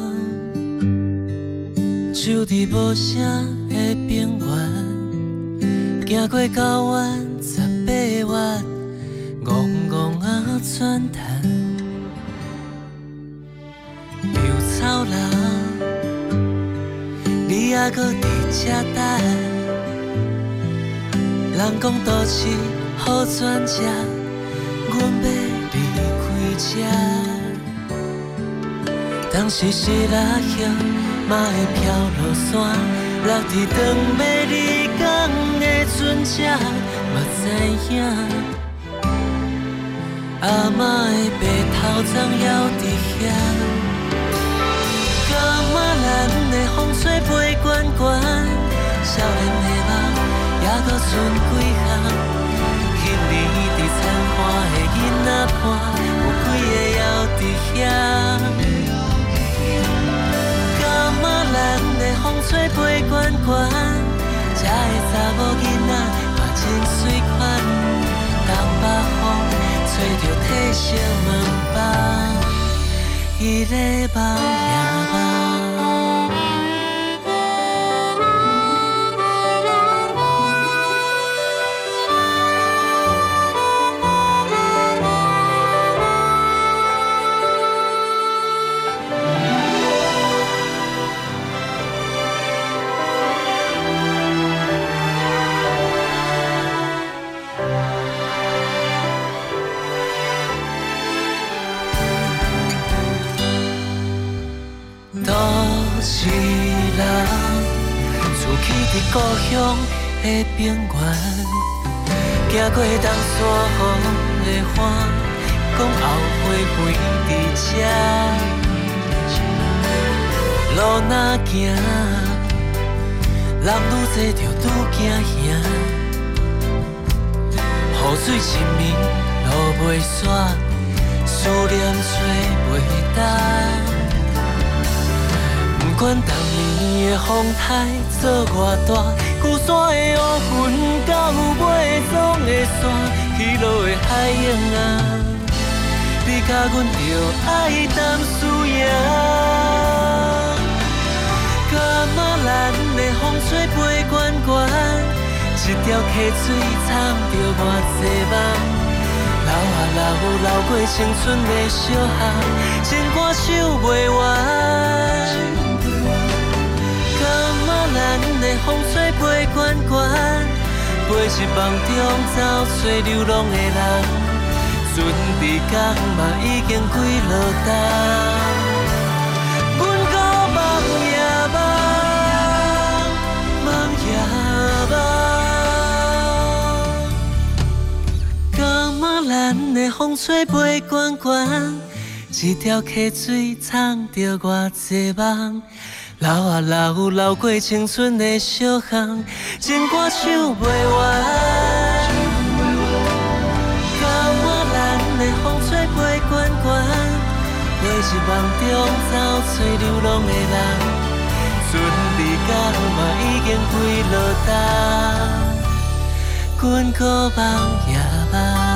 就伫无声的平原，行过九弯十八弯，戆戆啊转叹。稻草人，你还搁伫遮等？人讲都市好转折，阮要离开这。当时是落叶，嘛会飘落山，落伫长尾离港的船只，嘛知影。阿嬷的白头鬃还伫遐，感觉咱的风吹飞悬悬，少年的梦还搁剩几项。迄年伫田花的囡仔伴，有几个还伫遐？妈咱的风吹飞悬悬，这的查某囡仔嘛真水款，东北风吹着褪色门房，伊咧梦呀梦。都市人，自起伫故乡的平原，行过东山风的岸，讲后悔袂伫遮。路若行，人愈多就愈惊吓。雨水深暝落袂煞，思念吹袂干。不管当年的风台做偌大，旧山的乌云到尾总会散，起落的海涌啊，你甲阮着爱淡输赢。感觉咱的风吹飞悬悬，一条溪水藏着偌济梦。流啊流，流过青春的小巷，情歌唱袂完。感觉咱的风吹飞悬悬，飞一梦中找找流浪的人，船伫港嘛已经几落冬。阮搁梦呀梦，梦呀梦。感觉咱的风吹飞悬悬，一条溪水藏着偌济梦。老啊老有老过青春的小巷，情歌唱袂完。甲我咱的风吹飞滚滚，你是梦中走找流浪的人，船离家嘛已经归落东，滚个梦也梦。